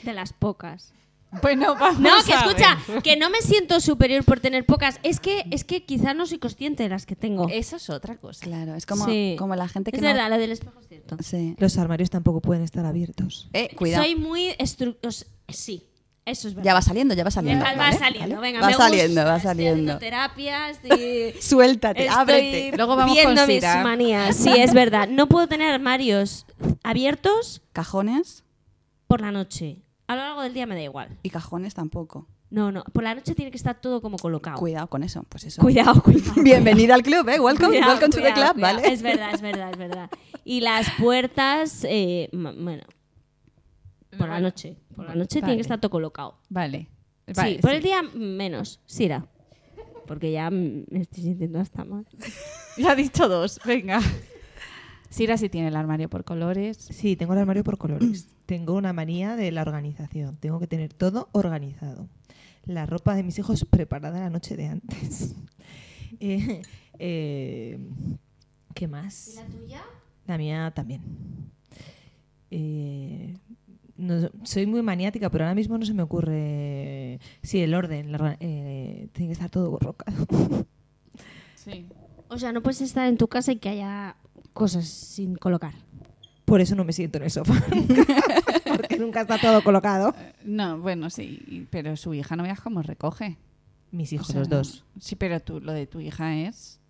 Speaker 4: De las pocas.
Speaker 3: Bueno, vamos
Speaker 4: No, que
Speaker 3: a ver.
Speaker 4: escucha, que no me siento superior por tener pocas. Es que, es que quizá no soy consciente de las que tengo.
Speaker 3: Eso es otra cosa.
Speaker 5: Claro, es como,
Speaker 4: Sí.
Speaker 5: como la gente que
Speaker 4: Es
Speaker 5: no...
Speaker 4: verdad, lo del espejo es cierto.
Speaker 5: Sí.
Speaker 1: Los armarios tampoco pueden estar abiertos.
Speaker 5: Eh, cuidado.
Speaker 4: Soy muy estructurada. Sí, eso es verdad.
Speaker 5: Ya va saliendo, ya va saliendo.
Speaker 4: Va- va
Speaker 5: ¿vale?
Speaker 4: saliendo,
Speaker 5: ¿Vale?
Speaker 4: venga.
Speaker 5: Va
Speaker 4: me
Speaker 5: saliendo,
Speaker 4: gusta,
Speaker 5: va
Speaker 4: estoy
Speaker 5: saliendo.
Speaker 4: haciendo terapia, estoy...
Speaker 5: Suéltate,
Speaker 4: estoy
Speaker 5: ábrete.
Speaker 3: Luego vamos
Speaker 4: viendo
Speaker 3: con
Speaker 4: mis
Speaker 3: Sira.
Speaker 4: manías. Sí, es verdad. No puedo tener armarios abiertos
Speaker 5: Cajones
Speaker 4: por la noche. A lo largo del día me da igual.
Speaker 5: y cajones tampoco.
Speaker 4: No, no. Por la noche tiene que estar todo como colocado.
Speaker 5: Cuidado con eso, pues eso.
Speaker 4: cuidado, cuidado.
Speaker 5: Bienvenida al club, ¿eh? Welcome,
Speaker 4: Cuidado,
Speaker 5: welcome to the
Speaker 4: cuidado,
Speaker 5: club,
Speaker 4: cuidado.
Speaker 5: ¿vale?
Speaker 4: Es verdad, es verdad, es verdad. Y las puertas, eh, ma- bueno, por la noche. Por la noche tiene
Speaker 3: Vale.
Speaker 4: que estar todo colocado.
Speaker 3: Vale.
Speaker 4: sí,
Speaker 3: Vale,
Speaker 4: por el día menos, Sira. Porque ya mm, me estoy sintiendo hasta mal.
Speaker 3: Ya ha dicho dos, venga. Sira sí tiene el armario por colores.
Speaker 1: Sí, tengo el armario por colores. tengo una manía de la organización. Tengo que tener todo organizado. La ropa de mis hijos preparada la noche de antes. Eh, eh, ¿Qué más? ¿La tuya? La mía también. Eh, no- soy muy maniática, pero ahora mismo no se me ocurre. Sí, el orden. la orga- eh, tiene que estar todo borrocado.
Speaker 3: Sí.
Speaker 4: O sea, no puedes estar en tu casa y que haya cosas sin colocar.
Speaker 1: Por eso no me siento en el sofá. Porque nunca está todo colocado.
Speaker 3: No, bueno, sí, y- pero su hija no veas cómo recoge.
Speaker 1: Mis
Speaker 3: O
Speaker 1: hijos,
Speaker 3: sea,
Speaker 1: los dos.
Speaker 3: Sí, pero tú, lo de tu hija es...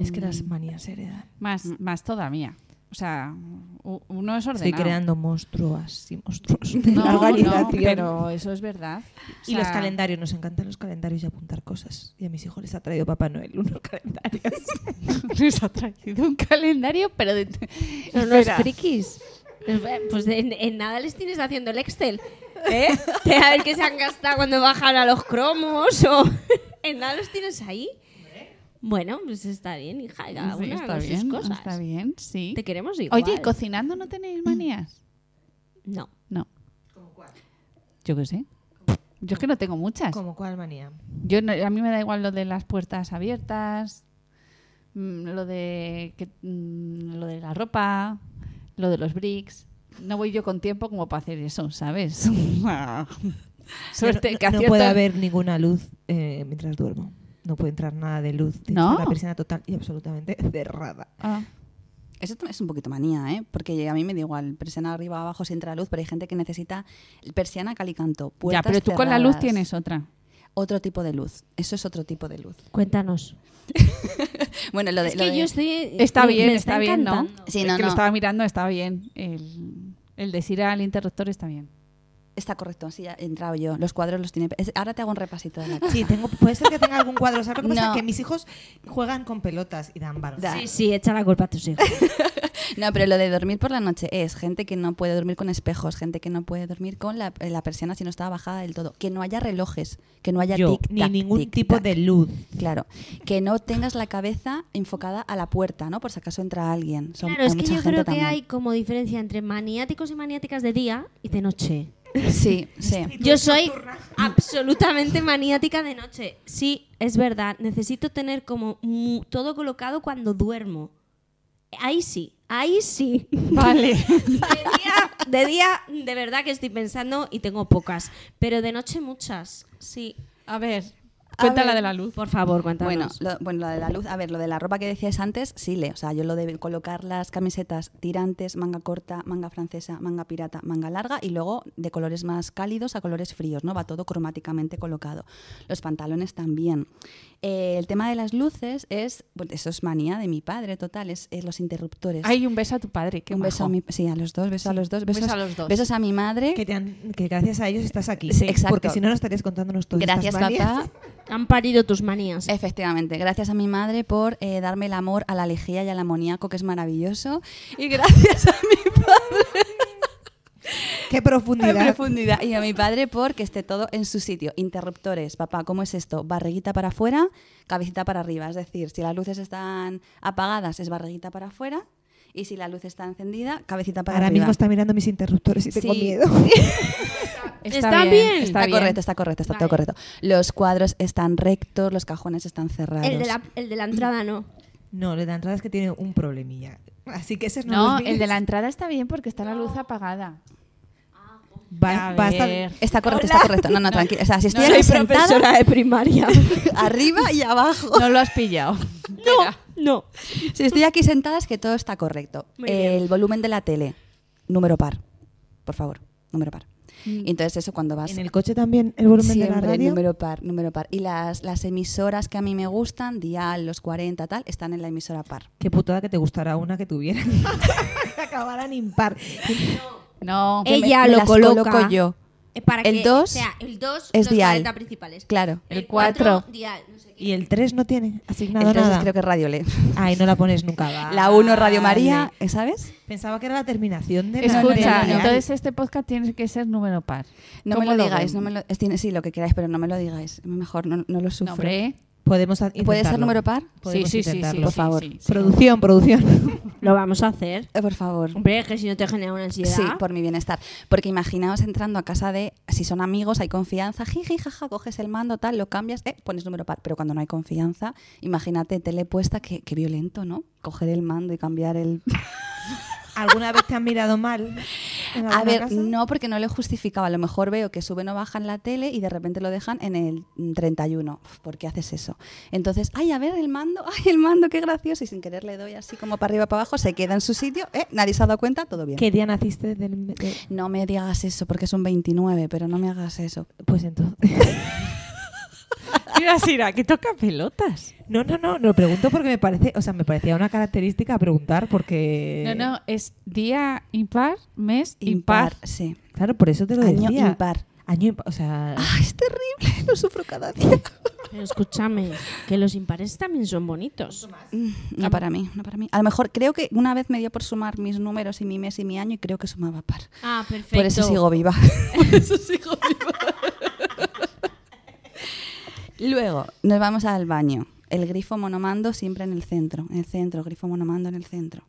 Speaker 1: Es que las
Speaker 3: mm,
Speaker 1: manías se heredan.
Speaker 3: Más, más todavía. O sea, u- uno es ordenado.
Speaker 1: Estoy creando monstruos y monstruos. de la
Speaker 3: No, no,
Speaker 1: organización.
Speaker 3: pero eso es verdad. O
Speaker 1: Y los
Speaker 3: sea,
Speaker 1: calendarios, nos encantan los calendarios y apuntar cosas. Y a mis hijos les ha traído Papá Noel unos calendarios.
Speaker 3: Les ha traído un calendario, pero de...
Speaker 4: Son unos
Speaker 3: Espera.
Speaker 4: frikis. Pues en, en nada les tienes haciendo el Excel. ¿Eh? De a ver qué se han gastado cuando bajan a los cromos o... en nada los tienes ahí. Bueno, pues está bien, hija. Cada
Speaker 3: Sí,
Speaker 4: una
Speaker 3: está
Speaker 4: con sus
Speaker 3: bien,
Speaker 4: cosas.
Speaker 3: está bien, sí.
Speaker 4: Te queremos igual.
Speaker 3: Oye, ¿y cocinando no tenéis manías?
Speaker 4: No.
Speaker 3: No. Yo qué sé. Yo es que no tengo muchas.
Speaker 1: ¿Como cuál manía?
Speaker 3: Yo no- a mí me da igual lo de las puertas abiertas, mm, lo de que, mm, lo de la ropa, lo de los bricks. No voy yo con tiempo como para hacer eso, ¿sabes? Suerte
Speaker 1: no,
Speaker 3: que
Speaker 1: no-
Speaker 3: a
Speaker 1: no
Speaker 3: cierto-
Speaker 1: puede haber ninguna luz eh, mientras duermo. No puede entrar nada de luz. Tiene que
Speaker 3: No.
Speaker 1: estar La persiana total y absolutamente cerrada.
Speaker 3: Ah,
Speaker 5: Eso tam- es un poquito manía, ¿eh? Porque a mí me da igual, persiana arriba, abajo, si entra luz, pero hay gente que necesita persiana calicanto,
Speaker 3: ya,
Speaker 5: puertas
Speaker 3: pero tú con la luz
Speaker 5: cerradas.
Speaker 3: tienes otra.
Speaker 5: Otro tipo de luz. Eso es otro tipo de luz.
Speaker 4: Cuéntanos.
Speaker 5: Bueno, lo de...
Speaker 4: Es
Speaker 5: lo
Speaker 4: que
Speaker 5: de-
Speaker 4: yo estoy...
Speaker 3: Está
Speaker 4: me- me
Speaker 3: bien, está, bien, ¿no?
Speaker 4: encantando.
Speaker 5: Sí,
Speaker 3: Es
Speaker 5: no,
Speaker 3: que
Speaker 5: no.
Speaker 3: lo estaba mirando, está bien. El, el decir al interruptor está bien.
Speaker 5: Está correcto, así ya he entrado yo. Los cuadros los tiene... es- Ahora te hago un repasito de la casa.
Speaker 1: Sí, tengo, puede ser que tenga algún cuadro. ¿Sabes lo que pasa?
Speaker 5: No.
Speaker 1: Que mis hijos juegan con pelotas y dan balas.
Speaker 5: Da.
Speaker 4: Sí, sí, echa la culpa a tus hijos.
Speaker 5: No, pero lo de dormir por la noche es gente que no puede dormir con espejos, gente que no puede dormir con la, eh, la persiana si no está bajada del todo, que no haya relojes, que no haya
Speaker 1: Yo,
Speaker 5: tic-tac,
Speaker 1: ni ningún
Speaker 5: tic-tac.
Speaker 1: tipo de luz.
Speaker 5: Claro, que no tengas la cabeza enfocada a la puerta, ¿no? Por si acaso entra alguien. Son-
Speaker 4: Claro,
Speaker 5: hay
Speaker 4: es que
Speaker 5: mucha
Speaker 4: yo
Speaker 5: gente
Speaker 4: creo que
Speaker 5: también.
Speaker 4: hay como diferencia entre maniáticos y maniáticas de día y de noche.
Speaker 5: Sí, sí.
Speaker 4: Yo soy absolutamente maniática de noche. Sí, es verdad. Necesito tener como mu- todo colocado cuando duermo. Ahí sí, ahí sí.
Speaker 3: Vale.
Speaker 4: De día, de día, de verdad que estoy pensando y tengo pocas. Pero de noche muchas. Sí.
Speaker 3: A ver,
Speaker 5: A
Speaker 3: cuéntala
Speaker 5: ver.
Speaker 3: de la luz.
Speaker 4: Por favor, cuéntanos.
Speaker 5: Bueno lo, bueno, lo de la luz, a ver, lo de la ropa que decías antes, sí, le, o sea, yo lo de colocar las camisetas tirantes, manga corta, manga francesa, manga pirata, manga larga y luego de colores más cálidos a colores fríos, ¿no? Va todo cromáticamente colocado. Los pantalones también. Eh, el tema de las luces es, bueno, eso es manía de mi padre, total, es, es los interruptores.
Speaker 3: Hay un beso a tu padre. Qué
Speaker 5: un beso a
Speaker 3: majo.
Speaker 5: mi, sí, a los dos, beso a los dos,
Speaker 3: beso
Speaker 5: besos,
Speaker 3: a los dos.
Speaker 5: besos a mi madre.
Speaker 1: Que, te han- que gracias a ellos estás aquí.
Speaker 5: Sí, exacto.
Speaker 1: Porque si no, no estarías contándonos todo.
Speaker 5: Gracias, papá.
Speaker 4: Han parido tus manías.
Speaker 5: Efectivamente, gracias a mi madre por eh, darme el amor a la lejía y al amoníaco, que es maravilloso. Y gracias a mi
Speaker 1: Qué profundidad.
Speaker 5: En profundidad. Y a mi padre porque esté todo en su sitio. Interruptores, papá, ¿cómo es esto? Barriguita para afuera, cabecita para arriba. Es decir, si las luces están apagadas, es barriguita para afuera. Y si la luz está encendida, cabecita para
Speaker 1: Ahora
Speaker 5: arriba.
Speaker 1: mismo está mirando mis interruptores y tengo
Speaker 5: Sí.
Speaker 1: miedo.
Speaker 4: Está bien.
Speaker 3: Está,
Speaker 5: Está
Speaker 3: bien.
Speaker 5: correcto, está correcto, está todo
Speaker 4: Vale.
Speaker 5: correcto. Los cuadros están rectos, los cajones están cerrados.
Speaker 4: El de, la, el de la entrada no.
Speaker 1: No, la entrada es que tiene un problemilla. Así que ese Pues no,
Speaker 3: No,
Speaker 1: los mires.
Speaker 3: el de la entrada está bien porque está la luz apagada.
Speaker 1: Va,
Speaker 3: A
Speaker 1: va a estar-
Speaker 3: ver.
Speaker 5: Está correcto, está correcto. No, no, tranquilo. O sea, si estoy sentada,
Speaker 4: de primaria.
Speaker 5: arriba y abajo.
Speaker 3: No lo has pillado. Espera.
Speaker 4: No.
Speaker 5: Si estoy aquí sentada es que todo está correcto.
Speaker 4: Muy bien.
Speaker 5: El volumen de la tele, número par, por favor, número par. Y entonces eso cuando vas
Speaker 1: Mm. En el coche también el volumen de la
Speaker 5: siempre
Speaker 1: radio.
Speaker 5: número par, número par. Y las, las emisoras que a mí me gustan, Dial, los 40, tal, están en la emisora par.
Speaker 1: Qué putada que te gustara una que tuviera. Que Acabaran impar.
Speaker 3: No.
Speaker 5: Eh,
Speaker 4: Ella
Speaker 5: me- me
Speaker 4: lo
Speaker 5: las
Speaker 4: coloca.
Speaker 5: coloco yo.
Speaker 4: Eh, Para
Speaker 5: El
Speaker 4: que
Speaker 5: dos
Speaker 4: sea el 2
Speaker 5: es
Speaker 4: los
Speaker 5: dial.
Speaker 4: 40 principales.
Speaker 5: Claro.
Speaker 3: El cuatro.
Speaker 4: cuatro, dial, no sé qué.
Speaker 1: Y el 3 no tiene asignado
Speaker 5: Entonces
Speaker 1: nada.
Speaker 5: creo que Radio Le.
Speaker 1: Ay, no la pones nunca.
Speaker 5: La 1 Radio
Speaker 1: Vale.
Speaker 5: María, ¿eh? ¿sabes?
Speaker 1: Pensaba que era la terminación de la
Speaker 3: Escucha,
Speaker 1: de la-
Speaker 3: entonces este podcast tiene que ser número par.
Speaker 5: No me
Speaker 3: ¿Cómo
Speaker 5: lo digáis,
Speaker 3: ven?
Speaker 5: no me lo, es- tiene- sí, lo que queráis, pero no me lo digáis. Mejor no, no lo
Speaker 3: No,
Speaker 5: sufro.
Speaker 3: hombre.
Speaker 1: Podemos a-
Speaker 5: ¿Puede ser
Speaker 1: intentarlo.
Speaker 5: número par?
Speaker 1: Podemos
Speaker 3: sí, sí, sí, sí,
Speaker 1: intentarlo.
Speaker 5: por
Speaker 3: sí,
Speaker 5: favor.
Speaker 3: sí, sí.
Speaker 1: Producción, producción.
Speaker 4: Lo vamos a hacer.
Speaker 5: Eh, por favor.
Speaker 4: Hombre, es que si no te genera una ansiedad.
Speaker 5: Sí, por mi bienestar. Porque imaginaos entrando a casa de, si son amigos, hay confianza, jiji, jaja, coges el mando, tal, lo cambias, eh, pones número par. Pero cuando no hay confianza, imagínate tele puesta, qué, qué violento, ¿no? Coger el mando y cambiar el...
Speaker 1: ¿Alguna vez te han mirado mal? en
Speaker 5: A
Speaker 1: alguna
Speaker 5: ver,
Speaker 1: casa?
Speaker 5: no, porque no lo he justificado. A lo mejor veo que suben o bajan la tele y de repente lo dejan en el mm, 31. Uf, ¿Por qué haces eso? Entonces, ay, a ver, el mando, ay, el mando, qué gracioso. Y sin querer le doy así como para arriba, para abajo, se queda en su sitio, ¿eh? Nadie se ha dado cuenta, todo bien.
Speaker 1: ¿Qué día naciste? Del, de-
Speaker 5: No me digas eso, porque es un 29, pero no me hagas eso.
Speaker 1: Pues entonces.
Speaker 3: Mira, Sira, que toca pelotas.
Speaker 1: No, no, no, lo pregunto porque me parece, o sea, me parecía una característica a preguntar porque.
Speaker 3: Eh, No, no, es día impar, mes impar.
Speaker 5: Impar, sí.
Speaker 1: Claro, por eso te lo
Speaker 5: Año
Speaker 1: decía.
Speaker 5: impar.
Speaker 1: Año impar. O sea,
Speaker 5: Ah, es terrible, lo sufro cada día.
Speaker 4: Pero escúchame, que los impares también son bonitos.
Speaker 5: Mm, No para mí, no para mí. A lo mejor creo que una vez me dio por sumar mis números y mi mes y mi año y creo que sumaba par.
Speaker 4: Ah, perfecto.
Speaker 5: Por eso sigo viva. Por eso sigo viva. Luego nos vamos al baño. El grifo monomando siempre en el centro. En el centro, grifo monomando en el centro.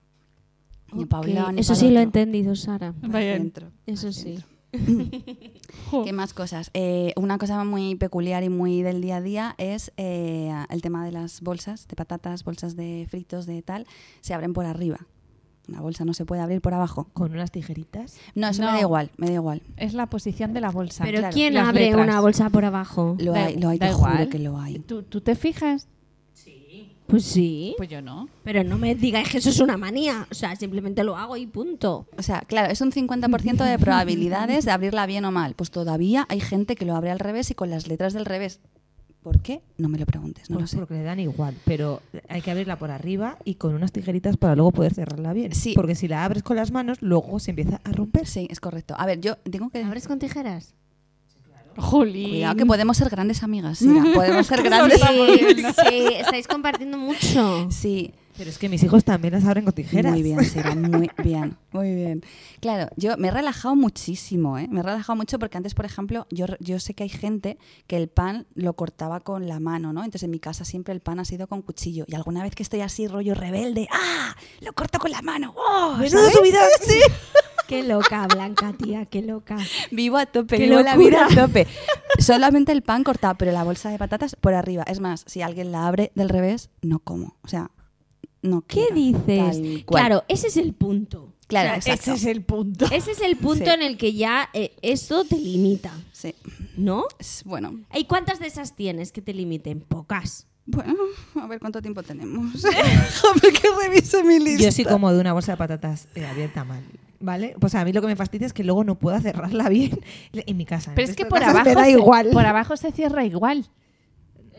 Speaker 5: Ni pa' un lado, ni
Speaker 4: Eso
Speaker 5: pa'l
Speaker 4: sí lo he
Speaker 5: otro.
Speaker 4: entendido, Sara.
Speaker 5: Al
Speaker 3: Vaya.
Speaker 5: centro.
Speaker 4: Eso sí.
Speaker 5: ¿Qué más cosas? Eh, una cosa muy peculiar y muy del día a día es eh, el tema de las bolsas de patatas, bolsas de fritos, de tal, se abren por arriba. Una bolsa no se puede abrir por abajo.
Speaker 1: con unas tijeritas.
Speaker 5: No, eso me
Speaker 3: No.
Speaker 5: da igual, me da igual.
Speaker 3: Es la posición de la bolsa.
Speaker 4: Pero
Speaker 5: claro,
Speaker 4: ¿quién
Speaker 3: las
Speaker 4: abre
Speaker 3: letras.
Speaker 4: una bolsa por abajo?
Speaker 5: Lo
Speaker 3: Da-
Speaker 5: hay, lo hay,
Speaker 3: da
Speaker 5: te juro
Speaker 3: igual.
Speaker 5: que lo hay.
Speaker 3: ¿Tú, tú te fijas?
Speaker 4: Pues sí.
Speaker 3: Pues yo no.
Speaker 4: Pero no me digáis que eso es una manía. O sea, simplemente lo hago y punto.
Speaker 5: O sea, claro, es un 50% de probabilidades de abrirla bien o mal. Pues todavía hay gente que lo abre al revés y con las letras del revés. ¿Por qué? No me lo preguntes, no
Speaker 1: Pues
Speaker 5: lo sé.
Speaker 1: Porque le dan igual, pero hay que abrirla por arriba y con unas tijeritas para luego poder cerrarla bien.
Speaker 5: Sí.
Speaker 1: Porque si la abres con las manos, luego se empieza a romper.
Speaker 5: Sí, es correcto. A ver, yo tengo que...
Speaker 4: ¿Abres con tijeras?
Speaker 3: Jolín.
Speaker 5: Cuidado, que podemos ser grandes amigas. Sira. Podemos ser grandes
Speaker 4: Sí, sí, estáis compartiendo mucho.
Speaker 5: Sí,
Speaker 1: Pero es que mis hijos también las abren con tijeras.
Speaker 5: muy bien, Sira, muy bien, muy bien. Claro, yo me he relajado muchísimo, ¿eh? Me he relajado mucho porque antes, por ejemplo, yo, yo sé que hay gente que el pan lo cortaba con la mano, ¿no? Entonces en mi casa siempre el pan ha sido con cuchillo. Y alguna vez que estoy así, rollo rebelde, ¡ah! Lo corto con la mano. ¡Oh!
Speaker 1: ¡Menudo subidón!
Speaker 5: Sí.
Speaker 4: Qué loca, Blanca, tía, qué loca.
Speaker 5: Vivo a tope,
Speaker 4: ¡Qué
Speaker 5: vivo la vida
Speaker 4: locura!
Speaker 5: a tope. Solamente el pan cortado, pero la bolsa de patatas por arriba. Es más, si alguien la abre del revés, no como. O sea, no
Speaker 4: ¿Qué
Speaker 5: quiero,
Speaker 4: dices?
Speaker 5: tal cual.
Speaker 4: Claro, ese es el punto.
Speaker 5: Claro,
Speaker 4: O sea,
Speaker 5: exacto.
Speaker 1: el punto.
Speaker 4: Ese es el punto
Speaker 5: Sí.
Speaker 4: en el que ya eh, esto te limita,
Speaker 5: Sí.
Speaker 4: ¿no?
Speaker 5: Es- Bueno,
Speaker 4: ¿Y cuántas de esas tienes que te limiten? Pocas.
Speaker 5: bueno, a ver cuánto tiempo tenemos. Déjame que revise mi lista.
Speaker 1: Yo sí como de una bolsa de patatas eh, abierta mal. ¿Vale? Pues a mí lo que me fastidia es que luego no puedo cerrarla bien en mi casa. En
Speaker 3: Pero
Speaker 1: el
Speaker 3: es que
Speaker 1: resto de
Speaker 3: por
Speaker 1: casas
Speaker 3: abajo,
Speaker 1: me da
Speaker 3: se,
Speaker 1: igual.
Speaker 3: por abajo se cierra igual.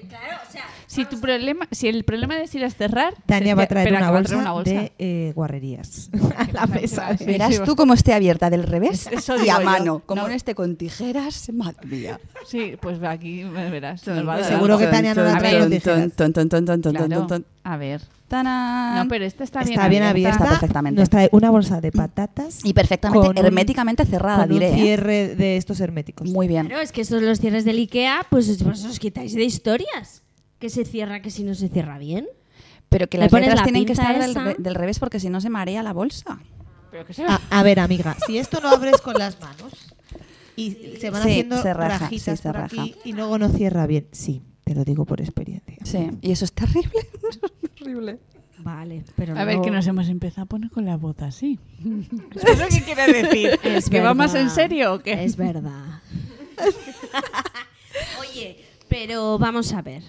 Speaker 4: Claro, o sea,
Speaker 3: Si tu problema, si el problema de Sira es cerrar,
Speaker 1: Tania
Speaker 3: se-
Speaker 1: va a traer
Speaker 3: espera,
Speaker 1: una
Speaker 3: que va
Speaker 1: bolsa, de
Speaker 3: bolsa.
Speaker 1: eh, guarrerías a la
Speaker 3: pasa,
Speaker 1: mesa.
Speaker 3: que va,
Speaker 1: ¿eh?
Speaker 5: Verás
Speaker 3: Sí, sí,
Speaker 5: tú cómo esté abierta del revés
Speaker 3: Eso
Speaker 5: y
Speaker 3: digo
Speaker 5: a
Speaker 3: yo.
Speaker 5: mano. Como
Speaker 3: No.
Speaker 5: no esté con tijeras, madre mía.
Speaker 3: Sí, pues aquí me verás. nos va a dar
Speaker 1: pues, Seguro
Speaker 3: algo.
Speaker 1: que Tania no la
Speaker 5: A
Speaker 1: trae
Speaker 5: ver,
Speaker 1: con tijeras.
Speaker 5: ton, ton, ton, ton, ton, ton,
Speaker 3: Claro.
Speaker 5: ton, ton.
Speaker 3: A ver.
Speaker 5: Tanán.
Speaker 3: No, pero esta está,
Speaker 1: Ah, Está bien abierta.
Speaker 5: Está perfectamente.
Speaker 1: Nos trae una bolsa de patatas
Speaker 5: Y perfectamente,
Speaker 1: Con un-
Speaker 5: herméticamente cerrada,
Speaker 1: con un
Speaker 5: diré. ¿eh?
Speaker 1: cierre de estos herméticos.
Speaker 5: Muy bien.
Speaker 4: claro, es que esos los cierres del IKEA, pues pues os quitáis de historias. Que se cierra, que si no se cierra bien.
Speaker 5: Pero que
Speaker 4: Le
Speaker 5: las
Speaker 4: pones
Speaker 5: letras
Speaker 4: la
Speaker 5: tienen que
Speaker 4: pinza
Speaker 5: estar del,
Speaker 4: esa.
Speaker 5: re- del revés porque si no se marea la bolsa.
Speaker 3: Pero que se va.
Speaker 1: A, a ver, amiga, si esto lo abres con las manos y se van
Speaker 5: Sí,
Speaker 1: haciendo
Speaker 5: se raja,
Speaker 1: rajitas
Speaker 5: sí, se
Speaker 1: por
Speaker 5: raja.
Speaker 1: aquí y luego no cierra bien. Sí, te lo digo por experiencia.
Speaker 5: Sí. Y eso es terrible. Eso es terrible.
Speaker 4: Vale, pero
Speaker 3: A ver,
Speaker 4: no-
Speaker 3: que nos hemos empezado a poner con la bota así. ¿Es lo que quiere decir?
Speaker 4: Es
Speaker 3: ¿Que va más
Speaker 4: verdad.
Speaker 3: en serio o qué?
Speaker 4: Es verdad. Oye, pero vamos a ver.